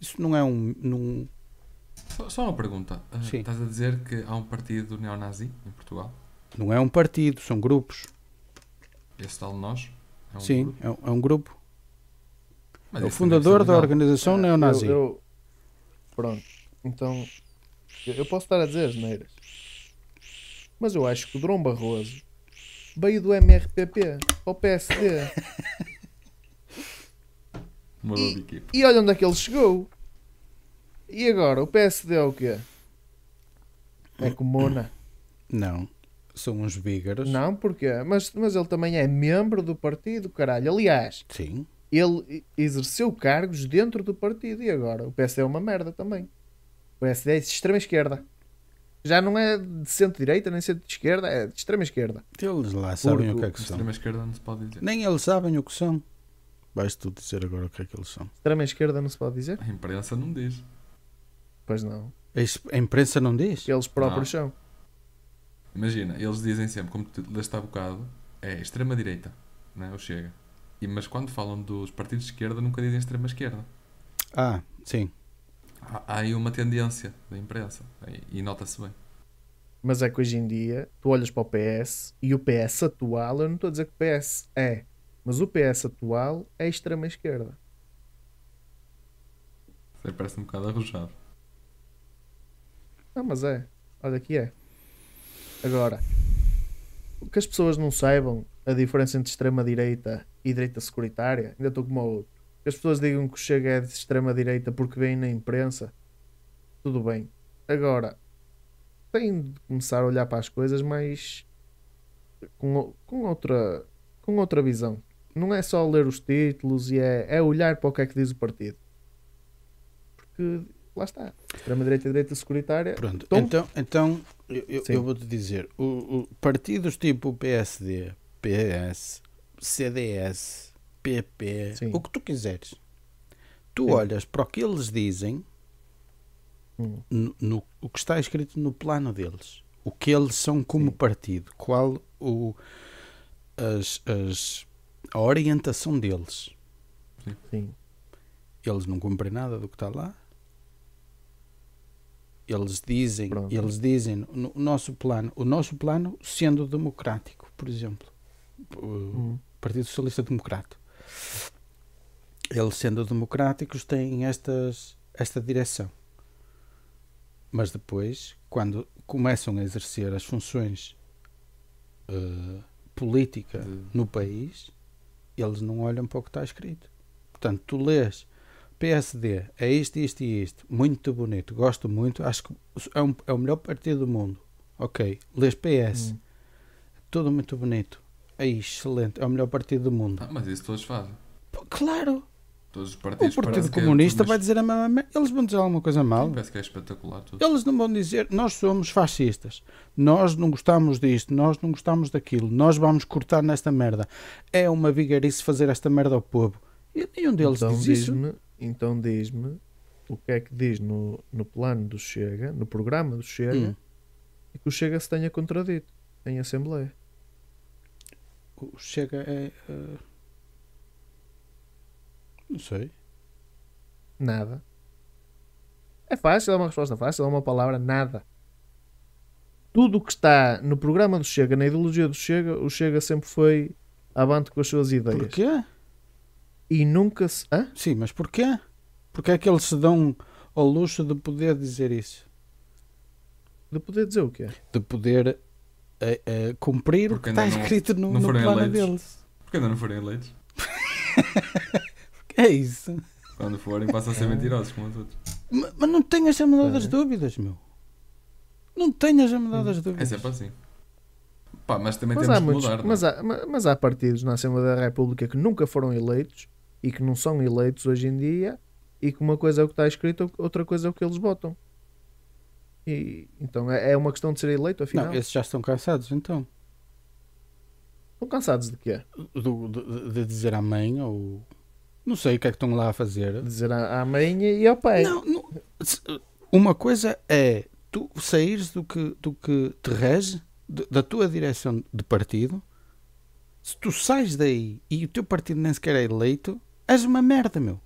B: Isso não é um. Não,
A: Só, só uma pergunta. Ah,
B: Sim.
A: Estás a dizer que há um partido neonazi em Portugal?
B: não é um partido, são grupos.
A: Esse tal de nós? É um
B: Sim,
A: grupo?
B: é um, é um grupo.
A: Mas
B: é o
A: isso também um
B: fundador
A: ser
B: da
A: legal.
B: organização
A: É.
C: ah,
B: um neonazi.
C: eu- eu- pronto. Então, eu, eu posso estar a dizer as neiras. Mas eu acho que o Drom Barroso veio do MRPP ao PSD.
A: Mudou de equipa.
C: E olha onde é que ele chegou. E agora, o PSD é o quê? É comuna.
B: Não, são uns bígaros.
C: Não, porquê? Mas, mas ele também é membro do partido, caralho. Aliás,
B: Sim,
C: ele e- exerceu cargos dentro do partido e agora o PSD é uma merda também. O PSD é de extrema esquerda. Já não é de centro-direita nem centro-esquerda, é de extrema esquerda.
B: eles lá sabem o
C: Porque
B: que é
A: De
B: que são.
A: extrema esquerda não se pode dizer.
B: Nem eles sabem o que são. Vais tu dizer agora o que é que eles são.
C: Extrema esquerda não se pode dizer?
A: A imprensa não diz.
C: Pois não.
B: A es- A imprensa não diz?
C: Eles próprios são.
A: Imagina, eles dizem sempre, como tu leste há bocado, é extrema-direita, né? o Chega. E, mas quando falam dos partidos de esquerda, nunca dizem extrema-esquerda.
B: Ah, sim.
A: Há, há aí uma tendência da imprensa. E, e nota-se bem.
C: Mas é que hoje em dia tu olhas para o PS e o PS atual, eu não estou a dizer que o PS é, mas o PS atual é extrema esquerda.
A: Isso aí parece um bocado arrojado.
C: Ah, mas é. Olha que é. Agora, o que as pessoas não saibam a diferença entre extrema direita e direita securitária, ainda estou como a outro. Que as pessoas digam que o Chega é de extrema direita porque vem na imprensa, tudo bem. Agora, têm de começar a olhar para as coisas mais com, o- com outra com outra visão. Não é só ler os títulos e é, é olhar para o que é que diz o partido. Porque lá está. Extrema-direita e direita securitária
B: Pronto,
C: Tom?
B: então, então eu, eu-
C: Sim.
B: eu vou-te dizer: o, o- partidos tipo PSD, PS, CDS, PP,
C: Sim.
B: o que tu quiseres, tu
C: Sim.
B: olhas para o que eles dizem,
C: Hum.
B: no, no- o que está escrito no plano deles, o que eles são como partido, qual o, as, as, a orientação deles.
C: Sim.
B: Eles não cumprem nada do que está lá. Eles dizem,
C: Pronto.
B: eles dizem no- o nosso plano, o nosso plano sendo democrático, por exemplo, o Partido Socialista Democrata. Eles sendo democráticos têm estas esta direção. Mas depois, quando começam a exercer as funções eh, política no país, eles não olham para o que está escrito. Portanto, tu lês PSD, é isto, isto e isto, muito bonito, gosto muito, acho que é, um- é o melhor partido do mundo. Ok, lês PS, tudo muito bonito, é excelente, é o melhor partido do mundo.
A: Ah, mas isso todos fazem.
B: Pô, Claro,
A: Todos os
B: o
A: partidos
B: Partido
A: parece que é
B: Comunista
A: tudo
B: vai dizer a mesma merda, eles vão dizer alguma coisa
A: mais-
B: mal.
A: Parece que é espetacular tudo.
B: Eles não vão dizer, nós somos fascistas, nós não gostamos disto, nós não gostamos daquilo, nós vamos cortar nesta merda. É uma vigarice fazer esta merda ao povo. E nenhum deles
C: então
B: diz isso.
C: diz-me então diz-me o que é que diz no, no plano do Chega, no programa do Chega,
B: Hum.
C: e que o Chega se tenha contradito em Assembleia.
B: O Chega é. eh, Não sei.
C: Nada. É fácil, é uma resposta fácil, é uma palavra, nada. Tudo o que está no programa do Chega, na ideologia do Chega, o Chega sempre foi avante com as suas
A: É
C: ideias.
B: Porquê?
C: E nunca se. Hã?
B: Sim, mas porquê? Porquê é que eles se dão ao luxo de poder dizer isso?
C: De poder dizer o quê?
B: De poder eh, eh, cumprir
A: Porque
B: o que está
A: ainda não-
B: escrito no,
A: não
B: no
A: foram
B: plano
A: eleitos.
B: deles.
A: Porque ainda não forem eleitos.
B: É isso.
A: Quando forem, passam a
B: É.
A: ser mentirosos como os outros.
B: Ma- Mas não tenhas a menor das
C: É.
B: dúvidas, meu. Não tenhas a menor das
A: É
B: dúvidas.
A: sempre assim. Pá, mas também
C: Mas
A: temos
C: há,
A: de
C: muitos,
A: mudar. não é?
C: mas, há, ma- mas há partidos na Assembleia da República que nunca foram eleitos e que não são eleitos hoje em dia e que uma coisa é o que está escrito, outra coisa é o que eles votam. E, então é, é uma questão de ser eleito, afinal.
B: Não, esses já estão cansados então.
C: Estão cansados de quê?
B: Do- do- de dizer à mãe ou. Não sei o que é que estão lá a fazer.
C: De dizer à, à mãe e ao pai.
B: Não, não- se- uma coisa é tu saíres do que, do que te rege, de- da tua direção de partido, se tu sais daí e o teu partido nem sequer é eleito, és uma merda, meu.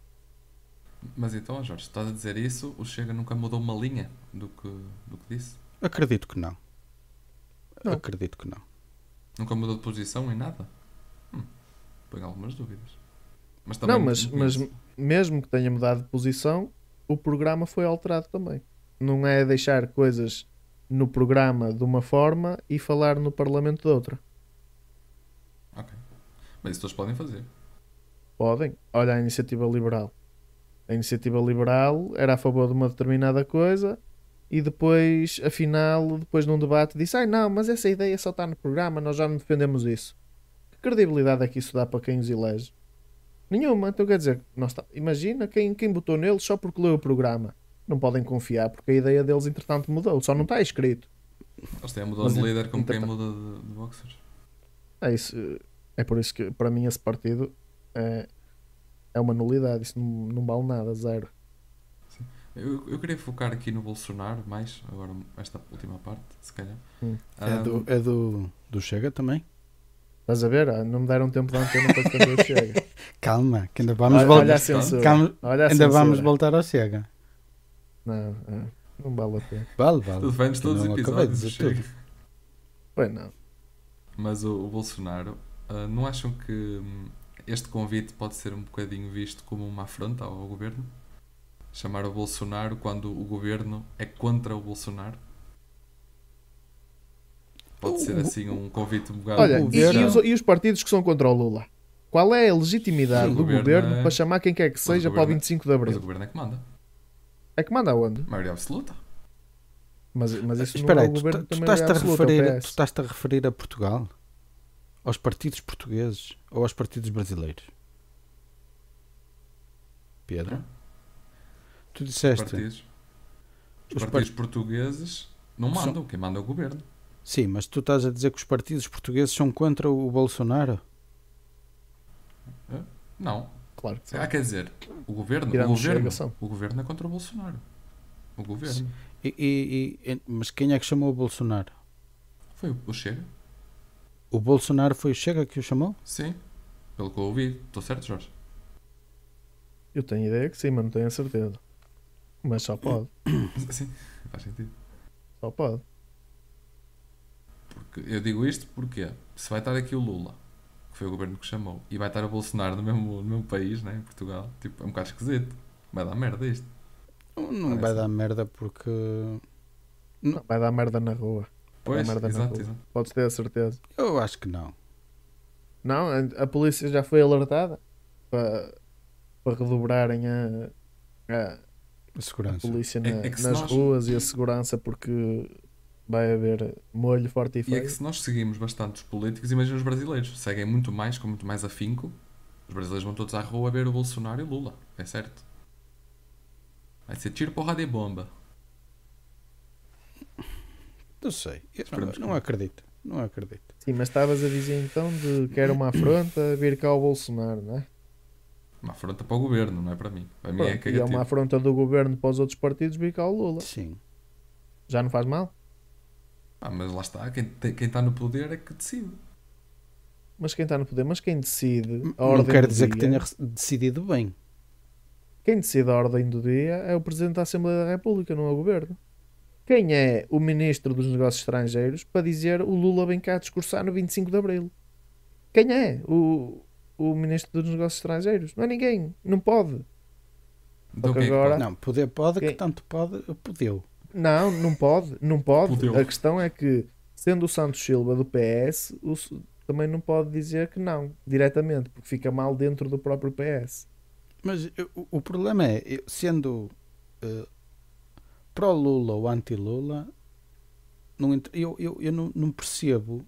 A: Mas então, Jorge, estás a dizer isso, o Chega nunca mudou uma linha do que, do que disse?
B: Acredito que não.
C: Não.
B: Acredito que não.
A: Nunca mudou de posição em nada? Hum, ponho algumas dúvidas. Mas também
C: Não, mas, mas
A: conheço.
C: mesmo que tenha mudado de posição, o programa foi alterado também. Não é deixar coisas no programa de uma forma e falar no Parlamento de outra.
A: Ok. Mas isso todos podem fazer.
C: Podem. Olha a iniciativa liberal. A iniciativa liberal era a favor de uma determinada coisa e depois, afinal, depois num debate disse ai não, mas essa ideia só está no programa, nós já não defendemos isso. Que credibilidade é que isso dá para quem os elege? Nenhuma. Então quer dizer, nós tá- imagina quem, quem botou neles só porque leu o programa. Não podem confiar porque a ideia deles entretanto mudou, só não está escrito.
A: Eles têm mudado
C: Mas é
A: de
C: ent-
A: líder como quem
C: entretanto-
A: muda de, de boxers.
C: É isso. É por isso que, para mim, esse partido é, é uma nulidade. Isso não, não vale nada, zero.
A: Eu, eu queria focar aqui no Bolsonaro mais, agora esta última parte, se calhar.
C: Hum.
A: Ah,
B: É, do, é do, do Chega também?
C: Estás a ver? Ah, Não me deram tempo de antena para defender o Chega.
B: Calma, que ainda vamos,
C: olha,
B: vol-
C: olha a
A: voltar.
C: censura.
B: calma,
C: Olha a
B: ainda
C: censura.
B: vamos voltar ao Chega.
C: Não, ah, não vale a pena.
B: Vale, vale.
A: Tu defendes
B: Que
A: todos os
B: não acabei de
A: episódios,
B: dizer
A: chega.
B: tudo.
C: Pois não.
A: Mas o, o Bolsonaro, ah, não acham que hum, este convite pode ser um bocadinho visto como uma afronta ao, ao governo? Chamar o Bolsonaro quando o governo é contra o Bolsonaro? Pode ser
B: O-
A: assim um convite um bocado.
C: Olha, e,
B: governo-
C: e os, e os partidos que são contra o Lula? Qual é a legitimidade
A: Sim, o
C: do
A: governo
C: governo,
A: é-
C: para chamar quem quer que seja para o
A: governo é-
C: 25 de
A: Mas o
C: Abril?
A: governo é que manda.
C: É que manda aonde?
A: Maioria absoluta.
C: Mas, mas isso
B: Espera
C: não é
B: aí,
C: o
B: tu,
C: governo
B: ta- tu
C: também
B: estás-te a
C: é absoluto, é o
B: referir, tu
C: PS.
B: estás-te a referir a Portugal? Aos partidos portugueses ou aos partidos brasileiros? Pedro?
A: Hã?
B: Tu
A: Os
B: disseste.
A: partidos, os
B: os par-
A: partidos portugueses não
B: São-
A: mandam. Quem manda é o governo.
B: Sim, mas tu estás a dizer que os partidos portugueses são contra o Bolsonaro?
A: Não.
C: Claro que sim.
A: Ah, quer dizer, o governo, o
C: Tirando
A: governo,
C: Chega, são.
A: o governo é contra o Bolsonaro. O governo.
B: E- e- e- e- mas quem é que chamou o Bolsonaro?
A: Foi o o Chega?
B: O Bolsonaro foi o Chega que o chamou?
A: Sim. Pelo que eu ouvi. Estou certo, Jorge?
C: Eu tenho ideia que sim, mas não tenho a certeza. Mas só pode.
A: Sim. Faz sentido.
C: Só pode.
A: Porque eu digo isto porque se vai estar aqui o Lula, que foi o governo que chamou, e vai estar o Bolsonaro no mesmo, no mesmo país, né, em Portugal, tipo, é um bocado esquisito. Vai dar merda isto.
B: Não, não
A: Parece.
B: vai dar merda porque.
C: Não, vai dar merda na rua.
A: Pois,
C: merda na
A: exato,
C: rua.
A: exato.
C: Podes ter a certeza.
B: Eu acho que não.
C: Não, a- a polícia já foi alertada para, para redobrarem a, a-
B: A
C: a
B: segurança.
C: polícia
A: É-
C: na-
A: é que se
C: nas
A: nós-
C: ruas e a segurança porque vai haver molho forte e
A: E é
C: feio.
A: que se nós seguimos bastante os políticos, imagina os brasileiros, seguem muito mais, com muito mais afinco. Os brasileiros vão todos à rua ver o Bolsonaro e o Lula, é certo? Vai ser tiro, porrada e bomba.
B: Não sei. Eu
A: Esperemos que
B: não, não
A: não.
B: acredito. Não acredito.
C: Sim, mas estavas a dizer então de que era uma afronta vir cá o Bolsonaro, não é?
A: Uma afronta para o governo, não é para mim. Para mim é
C: Pronto, e é
A: cagativo.
C: uma afronta do governo para os outros partidos vir cá o Lula.
B: Sim.
C: Já não faz mal?
A: Ah, mas lá está, quem, te- quem está no poder é que decide.
C: Mas quem está no poder, mas quem decide a ordem
B: Não quero
C: do
B: dizer que
C: dia-
B: tenha rece- decidido bem.
C: Quem decide a ordem do dia é o Presidente da Assembleia da República, não é o Governo. Quem é o Ministro dos Negócios Estrangeiros para dizer o Lula vem cá discursar no 25 de Abril? Quem é o, o Ministro dos Negócios Estrangeiros? Não é ninguém. Não pode.
A: Então
C: que
A: quem é que
C: agora-
A: pode?
B: Não, poder pode, que
C: Quem-
B: tanto pode, podeu.
C: Não, não pode. Não pode.
A: Fudeu.
C: A questão é que, sendo o Santos Silva do PS, o S- também não pode dizer que não, diretamente, porque fica mal dentro do próprio PS.
B: Mas eh, o, o problema é, eu, sendo eh, pró-Lula ou anti-Lula, não ent- eu, eu, eu não, não percebo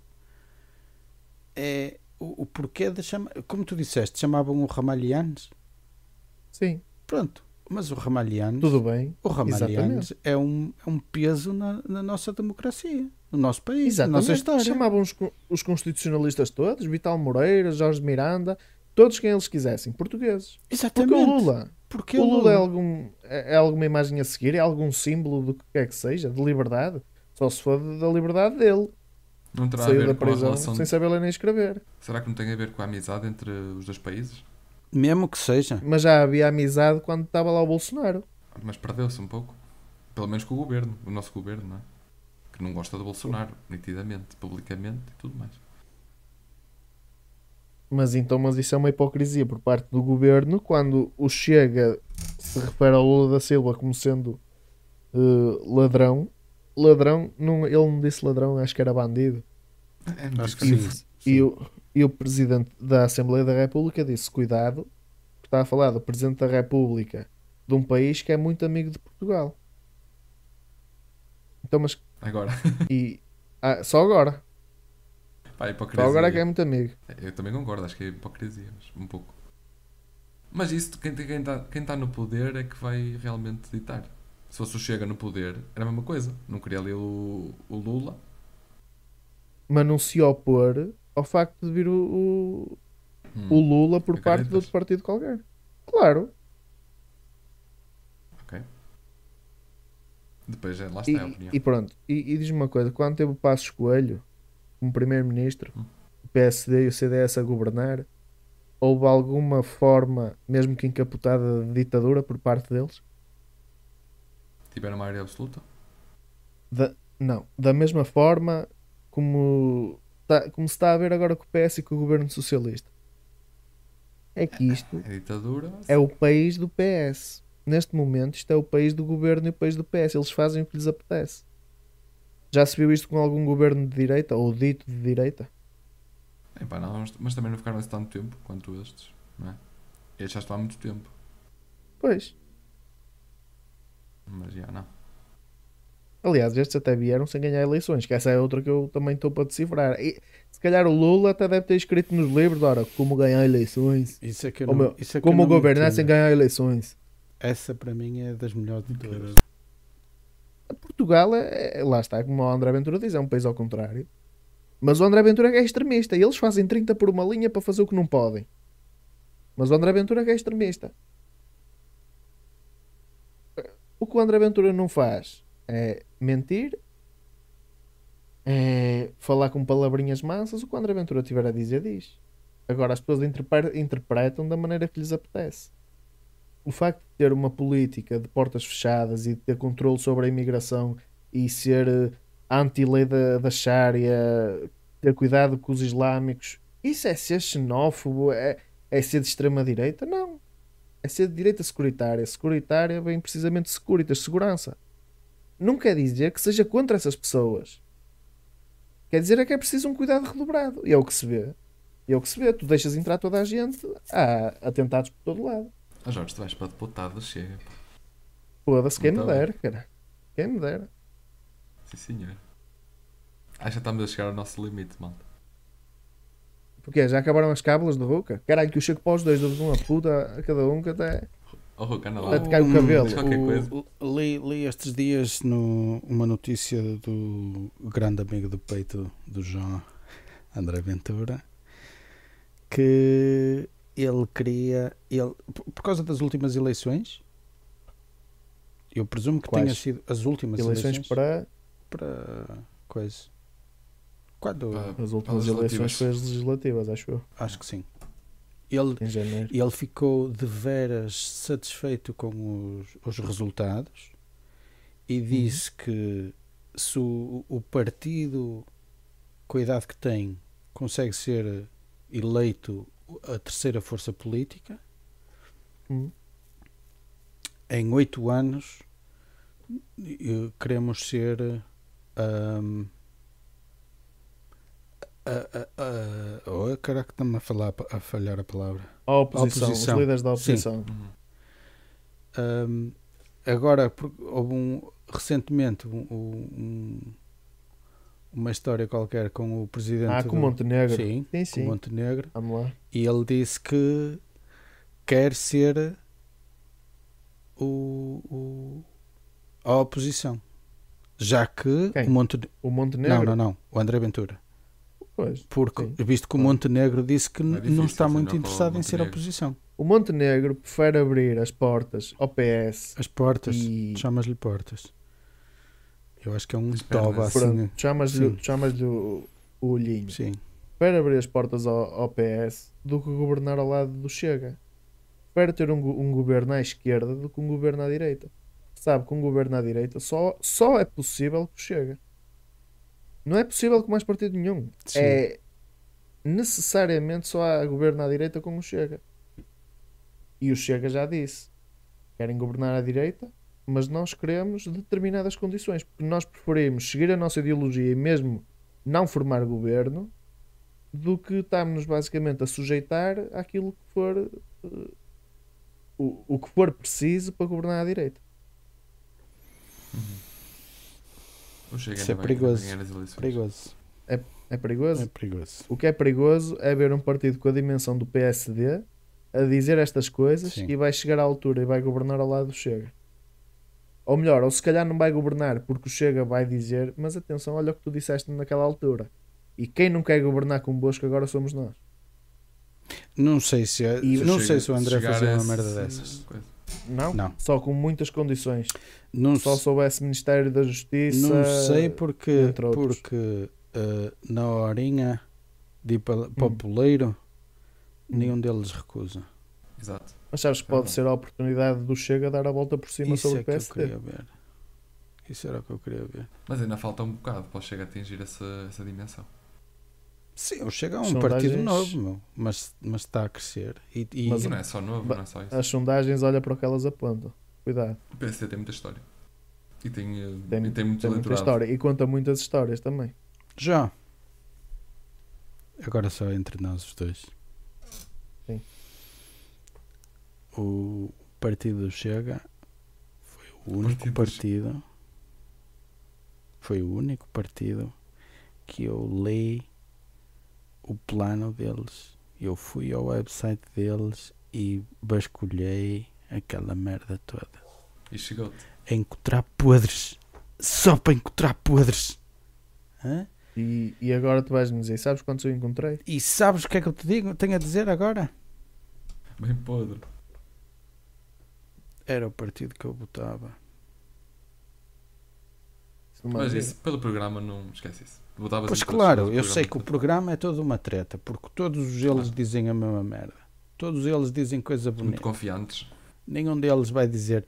B: é, o, o porquê de chamar. Como tu disseste, chamavam o Ramalhianes.
C: Sim,
B: Pronto, mas o Ramalhianes.
C: tudo bem.
B: O Ramalhianes é um, é um peso na, na nossa democracia, no nosso país, na nossa história.
C: Chamavam os, co- os constitucionalistas todos, Vital Moreira, Jorge Miranda, todos quem eles quisessem, portugueses. Porque
B: Exatamente.
C: o Lula,
B: Porque
C: o Lula é, algum, é é alguma imagem a seguir, é algum símbolo do que quer que seja, de liberdade. Só se for da liberdade dele,
A: Não terá a
C: saiu da
A: ver com a
C: prisão
A: relação.
C: sem saber ler nem escrever.
A: Será que não tem a ver com a amizade entre os dois países?
B: Mesmo que seja.
C: Mas já havia amizade quando estava lá o Bolsonaro.
A: Mas perdeu-se um pouco. Pelo menos com o governo, o nosso governo, não é? Que não gosta do Bolsonaro, nitidamente, publicamente e tudo mais.
C: Mas então, mas isso é uma hipocrisia por parte do governo quando o Chega se refere ao Lula da Silva como sendo eh, ladrão. Ladrão, não, ele não disse ladrão, acho que era bandido.
A: É muito
B: Acho que
A: difícil.
B: sim.
C: E o, e o presidente da Assembleia da República disse: Cuidado, que está a falar do presidente da República de um país que é muito amigo de Portugal. Então, mas
A: Agora,
C: e, ah, só agora,
A: pá, a
C: só
A: hipocrisia.
C: agora é que é muito amigo.
A: Eu também concordo, acho que é hipocrisia, mas um pouco. Mas isso, quem está quem tá, quem tá no poder é que vai realmente ditar. Se fosse o Chega no poder, era a mesma coisa. Não queria ali o, o Lula.
C: Mas não se opor ao facto de vir o- o,
A: Hum,
C: o Lula por
A: Acreditas?
C: parte de outro partido qualquer. Claro.
A: Depois, é, lá está
C: E,
A: a opinião.
C: e pronto. E, e diz-me uma coisa: quando teve o Passos Coelho como
A: Hum.
C: primeiro-ministro, o PSD e o CDS a governar, houve alguma forma, mesmo que encapotada, de ditadura por parte deles?
A: Tiveram maioria absoluta?
C: Não. Da mesma forma como, tá- como se está a ver agora com o PS e com o governo socialista. É que isto
A: É ditadura?
C: é o país do PS. Neste momento, isto é o país do governo e o país do PS. Eles fazem o que lhes apetece. Já se viu isto com algum governo de direita ou dito de direita?
A: É, pá, não, mas- mas também não ficaram assim tanto tempo quanto estes, não é? Estes já estão há muito tempo,
C: Pois.
A: mas já não.
C: Aliás, estes até vieram sem ganhar eleições, que essa é outra que eu também estou para decifrar. E, se calhar o Lula até deve ter escrito nos livros: ora, como ganhar eleições.
B: Isso é que eu
C: Como-
B: não, isso é que eu
C: Como
B: não me
C: governar sem
B: entendo.
C: ganhar eleições.
B: Essa para mim é das melhores de todas.
C: Portugal, é, é- lá está, como o André Ventura diz, é um país ao contrário. Mas o André Ventura é que é extremista e eles fazem 30 por uma linha para fazer o que não podem. Mas o André Ventura é que é extremista. O que o André Ventura não faz é mentir, é falar com palavrinhas mansas. O que o André Ventura tiver a dizer, diz. Agora, as pessoas interpre- interpretam da maneira que lhes apetece o facto de ter uma política de portas fechadas e de ter controle sobre a imigração e ser eh, anti-lei da, da Sharia, ter cuidado com os islâmicos, isso é ser xenófobo? É, é ser de extrema-direita? Não. É ser de direita securitária. Securitária vem precisamente de securitas, segurança. Não quer dizer que seja contra essas pessoas. Quer dizer é que é preciso um cuidado redobrado. E é o que se vê. E é o que se vê. Tu deixas entrar toda a gente, há atentados por todo lado.
A: Ah, Jorge, tu vais para deputado, chega. pá.
C: Foda-se, quem me
A: Então.
B: é.
C: dera, cara. Quem me dera.
A: Sim, senhor. Ah, já estamos a chegar ao nosso limite, malta.
C: Porque é, já acabaram as cábulas do Ruka? Caralho, que eu chego para os dois, dou-vos uma puta a cada um que até.
A: Oh, Ruca, anda lá.
C: Até te cai o cabelo.
A: Diz qualquer coisa.
B: O- li, li estes dias no- uma notícia do grande amigo do peito do João, André Ventura, que ele queria. Ele, por por causa das últimas eleições, eu presumo que
C: Quais?
B: tenha sido as últimas
C: Eleições para.
B: para coisa. Quando?
A: Pá,
C: As últimas
A: As
C: eleições
A: legislativas.
C: foi as legislativas, acho eu.
B: Acho que sim. Ele,
C: Em janeiro.
B: ele ficou de veras satisfeito com os, os resultados e disse que se o, o partido, com a idade que tem, consegue ser eleito a terceira força política,
C: Uhum.
B: em oito anos eh, queremos ser ahm, a, a, a, oh, caraca, está-me a, falar- a falhar a palavra.
C: A oposição,
B: oposição.
C: os líderes da oposição.
A: Uhum.
B: Ahm, agora por- houve um, recentemente um, um- uma história qualquer com o presidente
C: Ah,
B: do-
C: com Montenegro.
B: Sim,
C: Sim,
B: com
C: sim.
B: Montenegro
C: Vamos lá.
B: e ele disse que quer ser o, o- a oposição. Já que
C: Quem?
B: o Monte
C: O
B: Não,
C: Montenegro.
B: não, não, o André Ventura.
C: Pois.
B: Porque
C: Sim.
B: visto que o
C: Ah.
B: Montenegro disse que n-
A: difícil
B: não está
A: dizer
B: muito
A: qual é o
B: interessado em ser
A: Montenegro.
B: oposição.
C: O Montenegro prefere abrir as portas ao PS
B: As portas,
C: e.
B: chamas-lhe portas. Eu acho que é um
A: Hum. As
B: toba
A: pernas.
B: assim.
C: Pronto, chamas-lhe
B: Sim.
C: chamas o, o olhinho.
B: Sim.
C: Prefere abrir as portas ao, ao PS do que governar ao lado do Chega. Prefere ter um, go- um governo à esquerda do que um governo à direita. Sabe que um governo à direita só, só é possível que Chega. Não é possível com mais partido nenhum.
B: Sim.
C: É necessariamente só há governo à direita com o Chega. E o Chega já disse: querem governar à direita, mas nós queremos determinadas condições, porque nós preferimos seguir a nossa ideologia e mesmo não formar governo do que estarmos basicamente a sujeitar àquilo que for eh, o, o que for preciso para governar à direita.
A: O Chega
B: Isso
A: ainda
B: é
A: vai-
B: perigoso.
A: ainda vai ganhar as eleições.
B: Perigoso.
C: É perigoso?
B: É perigoso.
C: O que é perigoso é ver um partido com a dimensão do PSD a dizer estas coisas
B: Sim.
C: e vai chegar à altura e vai governar ao lado do Chega. Ou melhor, ou se calhar não vai governar porque o Chega vai dizer, mas atenção, olha o que tu disseste naquela altura. E quem não quer governar convosco agora somos nós.
B: Não sei se, é-
C: E-
B: não
A: Chega-
B: sei se o André
A: chegar
B: fazia
A: a
B: uma merda
A: esse-
B: dessas.
A: coisa.
C: Não?
B: Não.
C: Só com muitas condições.
B: Não,
C: Só
B: se-
C: soubesse Ministério da Justiça.
B: não sei porque,
C: entre outros.
B: porque eh, na horinha de ir para, para o
C: Hum.
B: poleiro
C: Hum.
B: nenhum deles recusa.
A: Exato.
C: Mas sabes que pode ser a oportunidade do Chega dar a volta por cima
B: Ah, Isso
C: sobre
B: é
C: o
B: que eu
C: PSD.
B: queria ver. Isso era o que eu queria ver.
A: Mas ainda falta um bocado para o Chega atingir essa, essa dimensão.
B: Sim, o Chega é um
C: Sondagens-
B: partido novo, meu, mas, mas está a crescer. E, e-
A: Mas não é só novo,
C: Ba-
A: não é só isso.
C: As sondagens olha para o que elas apontam. Cuidado.
A: O PSD tem muita história. E tem, eh,
C: Tem-
A: e tem muito
C: Tem muita
A: eleitorado.
C: história. E conta muitas histórias também.
B: já. Agora só entre nós os dois.
C: Sim.
B: O partido do Chega foi o único
A: Partido do
B: partido. Foi o único partido que eu li o plano deles. Eu fui ao website deles e basculhei aquela merda toda
A: E chegou-te.
B: a encontrar podres. Só para encontrar podres. Hã?
C: E, e agora tu vais-me dizer, sabes quantos eu encontrei?
B: E sabes o que é que eu te digo? Tenho a dizer agora?
A: Bem podre.
B: Era o partido que eu votava.
C: Isso não
A: Mas
C: me
A: isso, pelo programa, não esquece isso. Votavas
B: é. Pois
A: em todos, mas
B: claro,
A: o
B: eu
A: um programa
B: sei que o
A: não.
B: programa é toda uma treta, porque todos eles dizem a mesma merda. Todos eles dizem coisa
A: Muito
B: bonita.
A: confiantes.
B: Nenhum deles vai dizer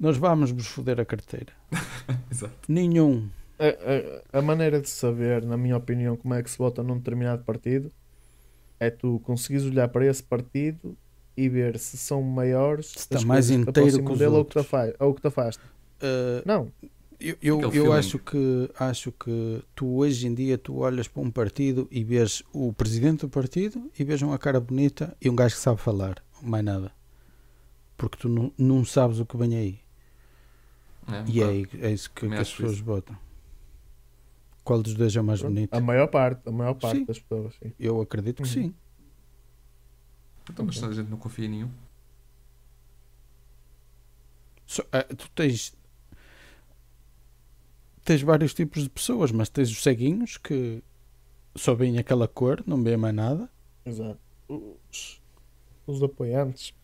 B: nós vamos vos foder a carteira.
A: Exato.
B: Nenhum.
C: A, a- a maneira de saber, na minha opinião, como é que se vota num determinado partido é tu conseguires olhar para esse partido e ver se são maiores,
B: Se está
C: as
B: mais
C: coisas que te
B: inteiro
C: aproximam
B: que os
C: dele ou que, te
B: outros.
C: afa- ou que te afasta.
B: Ah,
C: Não,
B: eu eu,
A: Aquele
B: eu
A: feeling.
B: acho que acho que tu hoje em dia tu olhas para um partido e vês o presidente do partido e vês uma cara bonita e um gajo que sabe falar, mais nada. Porque tu não, não sabes o que vem aí.
A: É, um
B: E
A: bocado.
B: é,
C: Ah.
B: aí- é isso que,
A: Também
B: que as
A: acho
B: pessoas
A: isso.
B: votam. Qual dos dois é o mais
C: pronto,
B: bonito?
C: a maior parte, a maior parte
B: Sim.
C: das pessoas. Sim.
B: Eu acredito que
C: Uhum.
B: sim.
A: Então, mas a gente não confia em nenhum.
B: Só- ah, tu tens tens vários tipos de pessoas, mas tens os ceguinhos que só veem aquela cor, não veem mais nada.
C: Exato. Os, os apoiantes.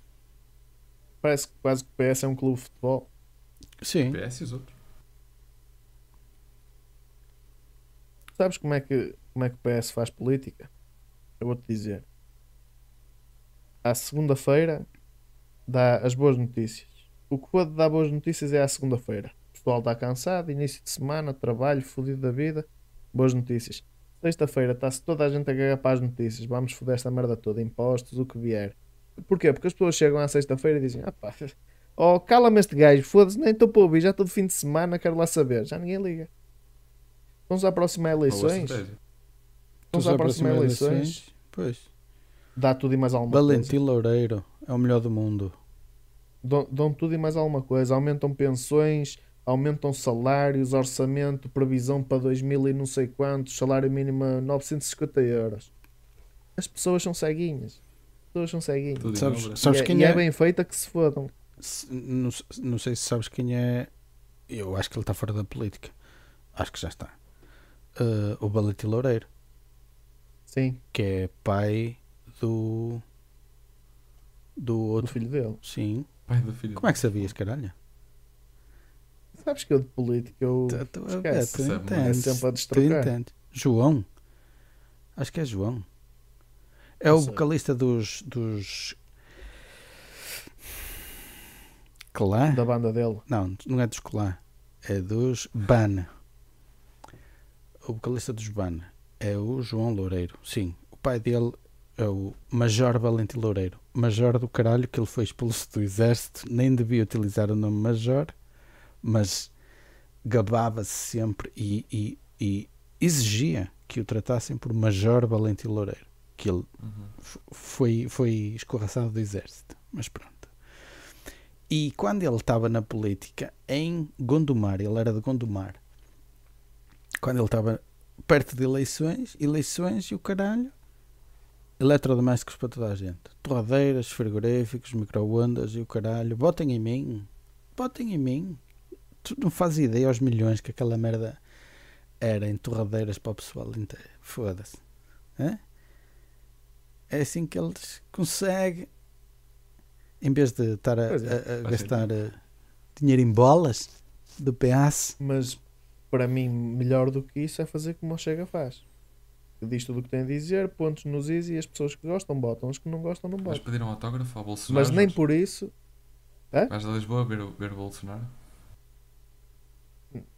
C: Parece que quase que o PS é um clube de futebol.
B: Sim.
A: PS e os outros.
C: Sabes como é que, como é que o PS faz política? Eu vou-te dizer. À segunda-feira dá as boas notícias. O que pode dar boas notícias é à segunda-feira. O pessoal está cansado, início de semana, trabalho, fodido da vida. Boas notícias. Sexta-feira está-se toda a gente a cagar para as notícias. Vamos foder esta merda toda, impostos, o que vier. Porquê? Porque as pessoas chegam à sexta-feira e dizem: ah pá, oh, cala-me este gajo, foda-se, nem estou para ouvir, já estou de fim de semana, quero lá saber. Já ninguém liga. Vamos aproximar
A: Uma
B: é
A: boa
C: eleições.
A: estratégia.
C: Vamos à próxima é eleições.
B: assim. Pois.
C: Dá tudo e mais alguma
B: Valentim Loureiro é o melhor do mundo.
C: coisa. Dão, dão tudo e mais alguma coisa. Aumentam pensões, aumentam salários, orçamento, previsão para 2000 e não sei quantos, salário mínimo a 950 euros. As pessoas são ceguinhas. As pessoas são ceguinhas.
A: Tudo em
E: Sabes-
A: obra.
E: sabes
C: e é,
E: quem
C: e é
E: é?
C: bem feita que se fodam.
E: S-
B: Não, s- não sei se sabes quem é. Eu acho que ele está fora da política. Acho que já está. Ah, o Balete Loureiro,
C: Sim,
B: que é pai do. do
C: do
B: outro.
C: filho dele.
B: Sim.
A: Pai do filho.
B: Como é que sabias, caralho?
C: Sabes que eu de política eu
E: Tá.
B: Tu- tu- é,
C: esquece.
B: tu
A: Percebe, não é?
C: é
B: entendes.
C: sempre a
B: Tu
C: destrocar.
B: entendes. João. Acho que é João. É
C: Não
B: o
C: sei.
B: vocalista dos. dos. Clã?
C: Da banda dele.
B: Não, não é dos Clã. É dos Ban. O vocalista dos Ban é o João Loureiro. Sim, o pai dele é o Major Valente Loureiro. Major do caralho que ele foi expulso do exército. Nem devia utilizar o nome Major, mas gabava-se sempre e, e- e exigia que o tratassem por Major Valente Loureiro. Que ele
A: Uhum.
B: f- foi, foi escorraçado do exército. Mas pronto. E quando ele estava na política em Gondomar, ele era de Gondomar, quando ele estava perto de eleições, eleições e o caralho, eletrodomésticos para toda a gente. Torradeiras, frigoríficos, microondas e o caralho. Votem em mim. Votem em mim. Tu não fazes ideia aos milhões que aquela merda era em torradeiras para o pessoal inteiro. Foda-se. Hã? É assim que eles conseguem. Em vez de estar a,
C: Pois é,
B: a- a
A: faz
B: gastar eh, dinheiro em bolas do PS,
C: Mas para mim, melhor do que isso é fazer como o Chega faz. Que Diz tudo o que tem a dizer, pontos nos is e as pessoas que gostam botam, os que não gostam não
A: Mas
C: botam.
A: pediram um autógrafo ao Bolsonaro.
C: Mas nem
A: Jorge?
C: por isso,
A: Vais a Lisboa ver, o- ver o Bolsonaro?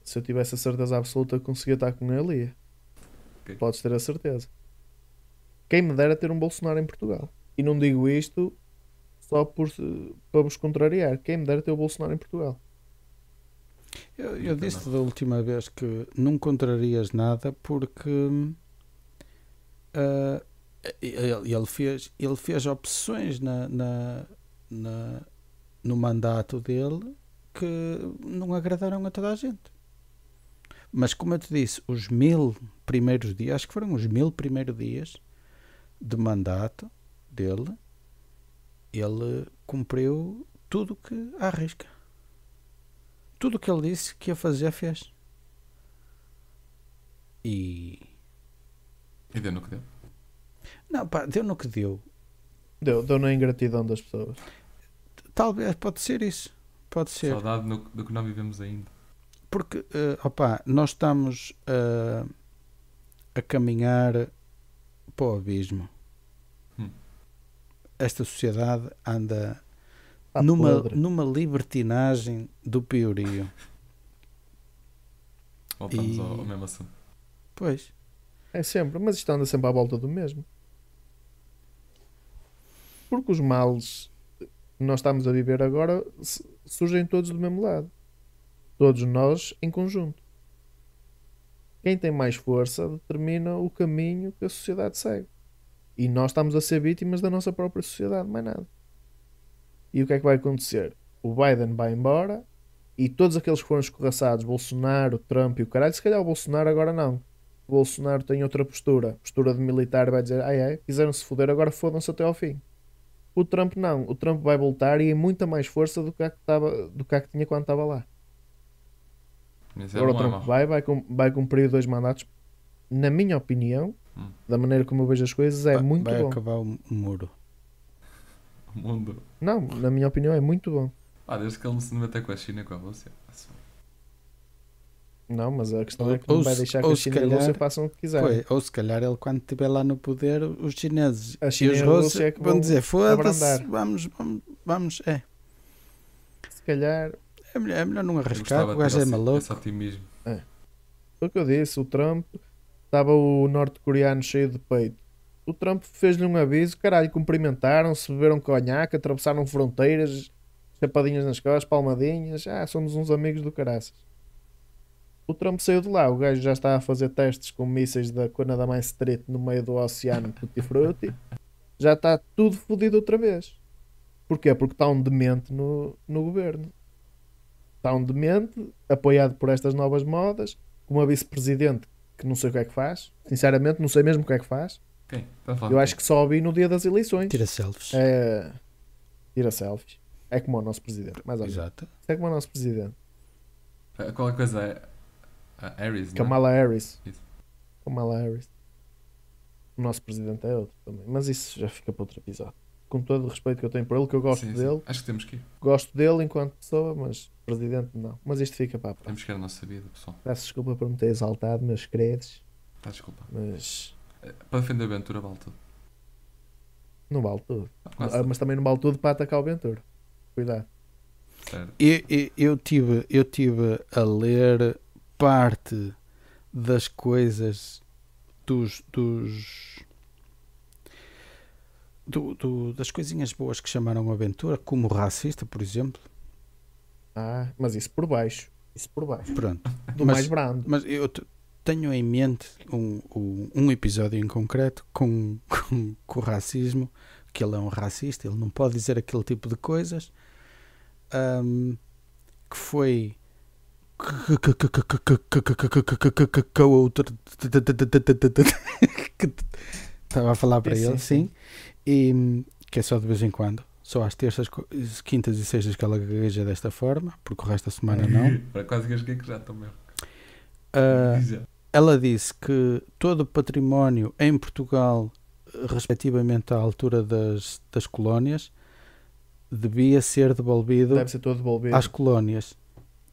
C: se eu tivesse a certeza absoluta que conseguia estar com ele, ia.
A: Ok.
C: Podes ter a certeza. Quem me dera ter um Bolsonaro em Portugal. E não digo isto só por, se- para vos contrariar. Quem me dera ter o Bolsonaro em Portugal.
B: Eu,
A: Então,
B: eu disse da última vez que não contrarias nada porque hum, ah, ele, ele fez, ele fez opções na, na- na- no mandato dele que não agradaram a toda a gente. Mas como eu te disse, os mil primeiros dias, acho que foram os mil primeiros dias de mandato dele, ele cumpriu tudo que à risca tudo o que ele disse que ia fazer, fez. E.
A: E deu no que deu.
B: Não, pá, deu no que deu.
C: Deu, deu na ingratidão das pessoas.
B: Talvez, pode ser isso. Pode ser.
A: Saudade no- do que nós vivemos ainda.
B: Porque, eh, opá, nós estamos eh, a caminhar para o abismo.
A: Hum.
B: Esta sociedade anda
C: Tá
B: numa,
C: podre.
B: numa libertinagem do piorio.
A: Voltamos
B: E-
A: ao, ao mesmo assunto.
B: Pois.
C: É sempre, mas isto anda sempre à volta do mesmo. Porque os males que nós estamos a viver agora s- surgem todos do mesmo lado. Todos nós em conjunto. Quem tem mais força determina o caminho que a sociedade segue. E nós estamos a ser vítimas da nossa própria sociedade, mais nada. E o que é que vai acontecer? O Biden vai embora e todos aqueles que foram escorraçados, Bolsonaro, Trump e o caralho, se calhar o Bolsonaro agora não. O Bolsonaro tem outra postura, postura de militar, vai dizer, ai ai, quiseram-se foder, agora fodam-se até ao fim. O Trump não, o Trump vai voltar e é muita mais força do que a que, tava- do que, a que tinha quando estava lá.
A: Isso é
C: Agora o
A: bom, é
C: Trump
A: mau.
C: vai, vai, cum- vai cumprir dois mandatos, na minha opinião,
A: Hum.
C: da maneira como eu vejo as coisas, é
B: vai,
C: muito
B: vai
C: bom.
B: acabar o mu- muro.
A: O mundo.
C: Não, na minha opinião é muito bom.
A: Ah, desde que ele não se meter com a China e com a Rússia. Isso.
C: Não, mas a questão é que
B: Ou
C: não vai
B: se-
C: deixar que
B: ou
C: a
B: se
C: China e a
B: calhar-
C: Rússia façam o que quiserem.
B: Pois, ou se calhar ele quando estiver lá no poder, os chineses
C: A China
B: e os
C: e a Rússia
B: russos
C: é que
B: vão
C: vão
B: dizer, foda-se,
C: abrandar."
B: vamos, vamos, vamos, é.
C: Se calhar
B: É melhor, é melhor não
A: Eu
B: arriscar,
A: gostava
B: o
A: de ter
B: gajo é
A: esse-
B: maluco.
A: Esse otimismo.
C: Foi o que eu disse, o Trump estava o norte-coreano cheio de peito. O Trump fez-lhe um aviso, caralho, cumprimentaram-se, beberam conhaque, atravessaram fronteiras, chapadinhas nas costas, palmadinhas, ah, somos uns amigos do caraças. O Trump saiu de lá, o gajo já está a fazer testes com mísseis da Cona da Mãe Street no meio do oceano Tutti-Frutti, já está tudo fodido outra vez. Porquê? Porque está um demente no, no governo. tão demente, apoiado por estas novas modas, com uma vice-presidente que não sei o que é que faz. Sinceramente, não sei mesmo o que é que faz.
A: Quem? Está a falar
C: Eu
A: de
C: acho que só vi no dia das eleições.
B: Tira selfies.
C: É, tira selfies. É como o nosso presidente, mais ou menos.
B: Exato.
C: É como o nosso presidente.
A: quem? Ah, Qualquer coisa é. A Aries, não é?
C: Kamala Harris.
A: Isso.
C: Kamala Harris. O nosso presidente é outro também. Mas isso já fica para outro episódio. Com todo o respeito que eu tenho por ele, que eu gosto
A: Sim, sim.
C: dele.
A: Acho que temos que ir.
C: Gosto dele enquanto pessoa, mas presidente não. Mas isto fica para a próxima.
A: Temos que ir à nossa vida, pessoal.
C: Peço desculpa por me ter exaltado, meus credos,
A: Tá, desculpa.
C: mas
A: Eh, Para defender a Ventura, vale tudo.
C: não vale tudo.
A: Ah, Quase
C: Ah,
A: tudo.
C: Mas também não vale tudo para atacar o Ventura. Cuidado.
A: Certo.
B: Eu, eu, eu tive, eu tive a ler parte das coisas dos, dos do- do- das coisinhas boas que chamaram a Ventura, como racista, por exemplo.
C: Ah, mas isso por baixo. Isso por baixo.
B: Pronto.
C: Do
B: Mas-
C: mais brando.
B: Mas eu te- tenho em mente um, um, um episódio em concreto com, com, com o racismo, que ele é um racista, ele não pode dizer aquele tipo de coisas, ahm, que foi que estava a falar para
C: Sim,
B: ele,
C: sim,
B: sim, e que é só de vez em quando, só às terças, co- quintas e sextas que ela gagueja desta forma, porque o resto da semana não.
A: Para quase que eu esquei que já estou mesmo.
B: Ah,
A: Diz já.
B: ela disse que todo o património em Portugal, respectivamente à altura das, das colónias, devia ser devolvido
C: Deve ser todo devolvido.
B: às colónias.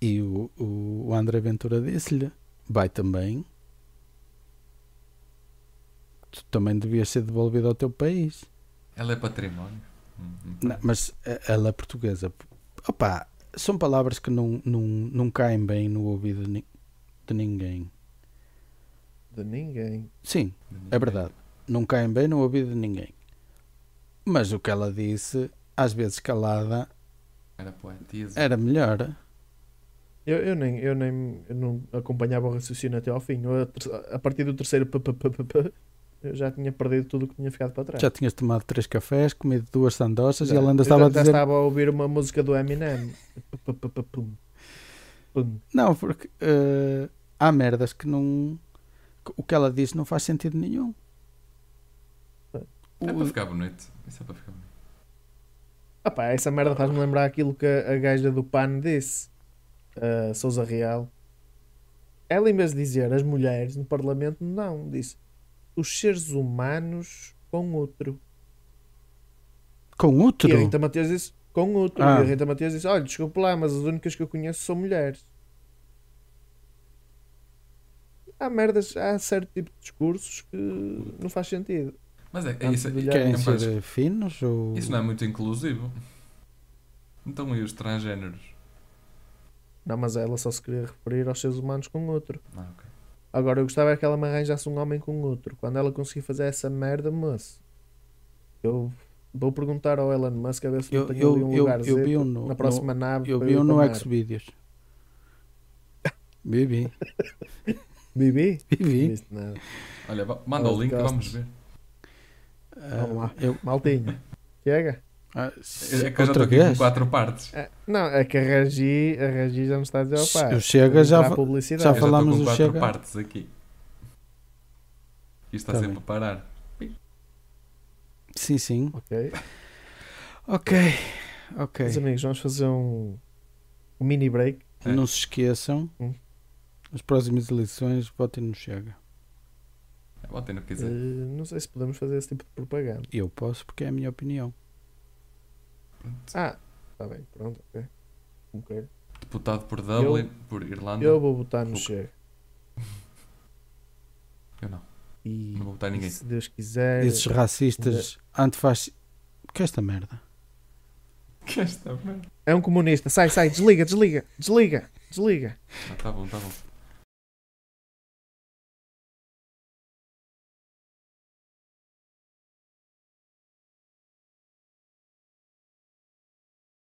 B: E o, o o André Ventura disse-lhe: vai também. Tu também devias ser devolvido ao teu país.
A: Ela é património. Hum, hum.
B: Não, mas eh, ela é portuguesa. Opa, são palavras que não, não, não caem bem no ouvido de, ni- de ninguém.
C: De ninguém.
B: Sim, É verdade. Não caem bem no ouvido de ninguém. Mas o que ela disse, às vezes calada,
A: Era poetisa.
B: era melhor.
C: Eu, eu nem, eu nem eu não acompanhava o raciocínio até ao fim. Eu, a ter- a partir do terceiro p, p, p, p, p, eu já tinha perdido tudo o que tinha ficado para trás.
B: Já tinhas tomado três cafés, comido duas sandochas
C: Já-
B: e ela ainda
C: É. eu
B: estava
C: já,
B: a
C: já
B: dizer.
C: estava a ouvir uma música do Eminem. P, p, p, p, pum. Pum.
B: Não, porque eh, há merdas que não. que O que ela disse não faz sentido nenhum.
A: É
B: O-
A: para ficar bonito. Isso é para ficar bonito.
C: Ah pá, essa merda faz-me lembrar aquilo que a a gaja do PAN disse, a Sousa Real. Ela, em vez de dizer as mulheres no Parlamento, não, disse os seres humanos com outro.
B: Com outro?
C: E é a Rita Matias disse com outro.
B: Ah.
C: E a Rita Matias disse: olha, desculpa lá, mas as únicas que eu conheço são mulheres. Há merdas, há certo tipo de discursos que não faz sentido.
A: Mas é, é
B: Ah,
A: isso.
C: Tanto de
A: é-
B: Querem
A: é um
B: ser
A: bocado-
B: eh, finos? Ou...
A: Isso não é muito inclusivo. Então e os transgéneros?
C: Não, mas ela só se queria referir aos seres humanos com outro.
A: Ah, ok.
C: Agora, eu gostava era que ela me arranjasse um homem com outro. Quando ela conseguir fazer essa merda, moço, eu vou perguntar ao Elon Musk a ver se
B: Eu,
C: não tem
B: eu,
C: ali um
B: eu,
C: lugar
B: eu vi um no,
C: na próxima
B: no,
C: nave.
B: eu
C: para
B: vi
C: ir
B: um no
C: para Marte.
B: Xvideos. Vivi,
C: Bibi? Não
B: vivi.
C: disse nada.
A: Olha, va- manda o link e vamos ver.
C: Vamos lá.
B: Eu,
C: Maltinho. Chega.
B: ah,
A: É que eu já estou
B: outra
A: aqui com
B: vez?
A: quatro partes.
C: É, não, é que a Regi, a Regi já nos está a dizer,
B: Se
C: opá,
B: o Chega
C: vou
B: já
C: entrar à
B: fa-
C: publicidade.
B: já
A: Eu
B: fa-
A: estou
B: falámos do
A: com quatro
B: Chega.
A: partes aqui. Isto está
B: Tá
A: sempre
B: bem.
A: a parar.
B: Sim, sim.
C: Ok.
B: Ok, ok.
C: Meus amigos, vamos fazer um, um mini break.
B: Não se esqueçam,
C: Hum.
B: as próximas eleições votem no Chega.
A: É, Botem no que
C: Eh,
A: quiser.
C: não sei se podemos fazer esse tipo de propaganda.
B: Eu posso porque é a minha opinião.
C: Ah, está bem, pronto, ok. Como queira.
A: Deputado por Dublin, por Irlanda.
C: Eu vou botar no
A: Pouco.
C: Chega.
A: Eu não.
C: E
A: Não vou votar em ninguém.
C: se Deus quiser,
B: Esses racistas antifascistas. Que esta merda?
A: Que esta merda.
C: é um comunista. Sai, sai, desliga, desliga, desliga, desliga.
A: Ah, tá bom, tá bom.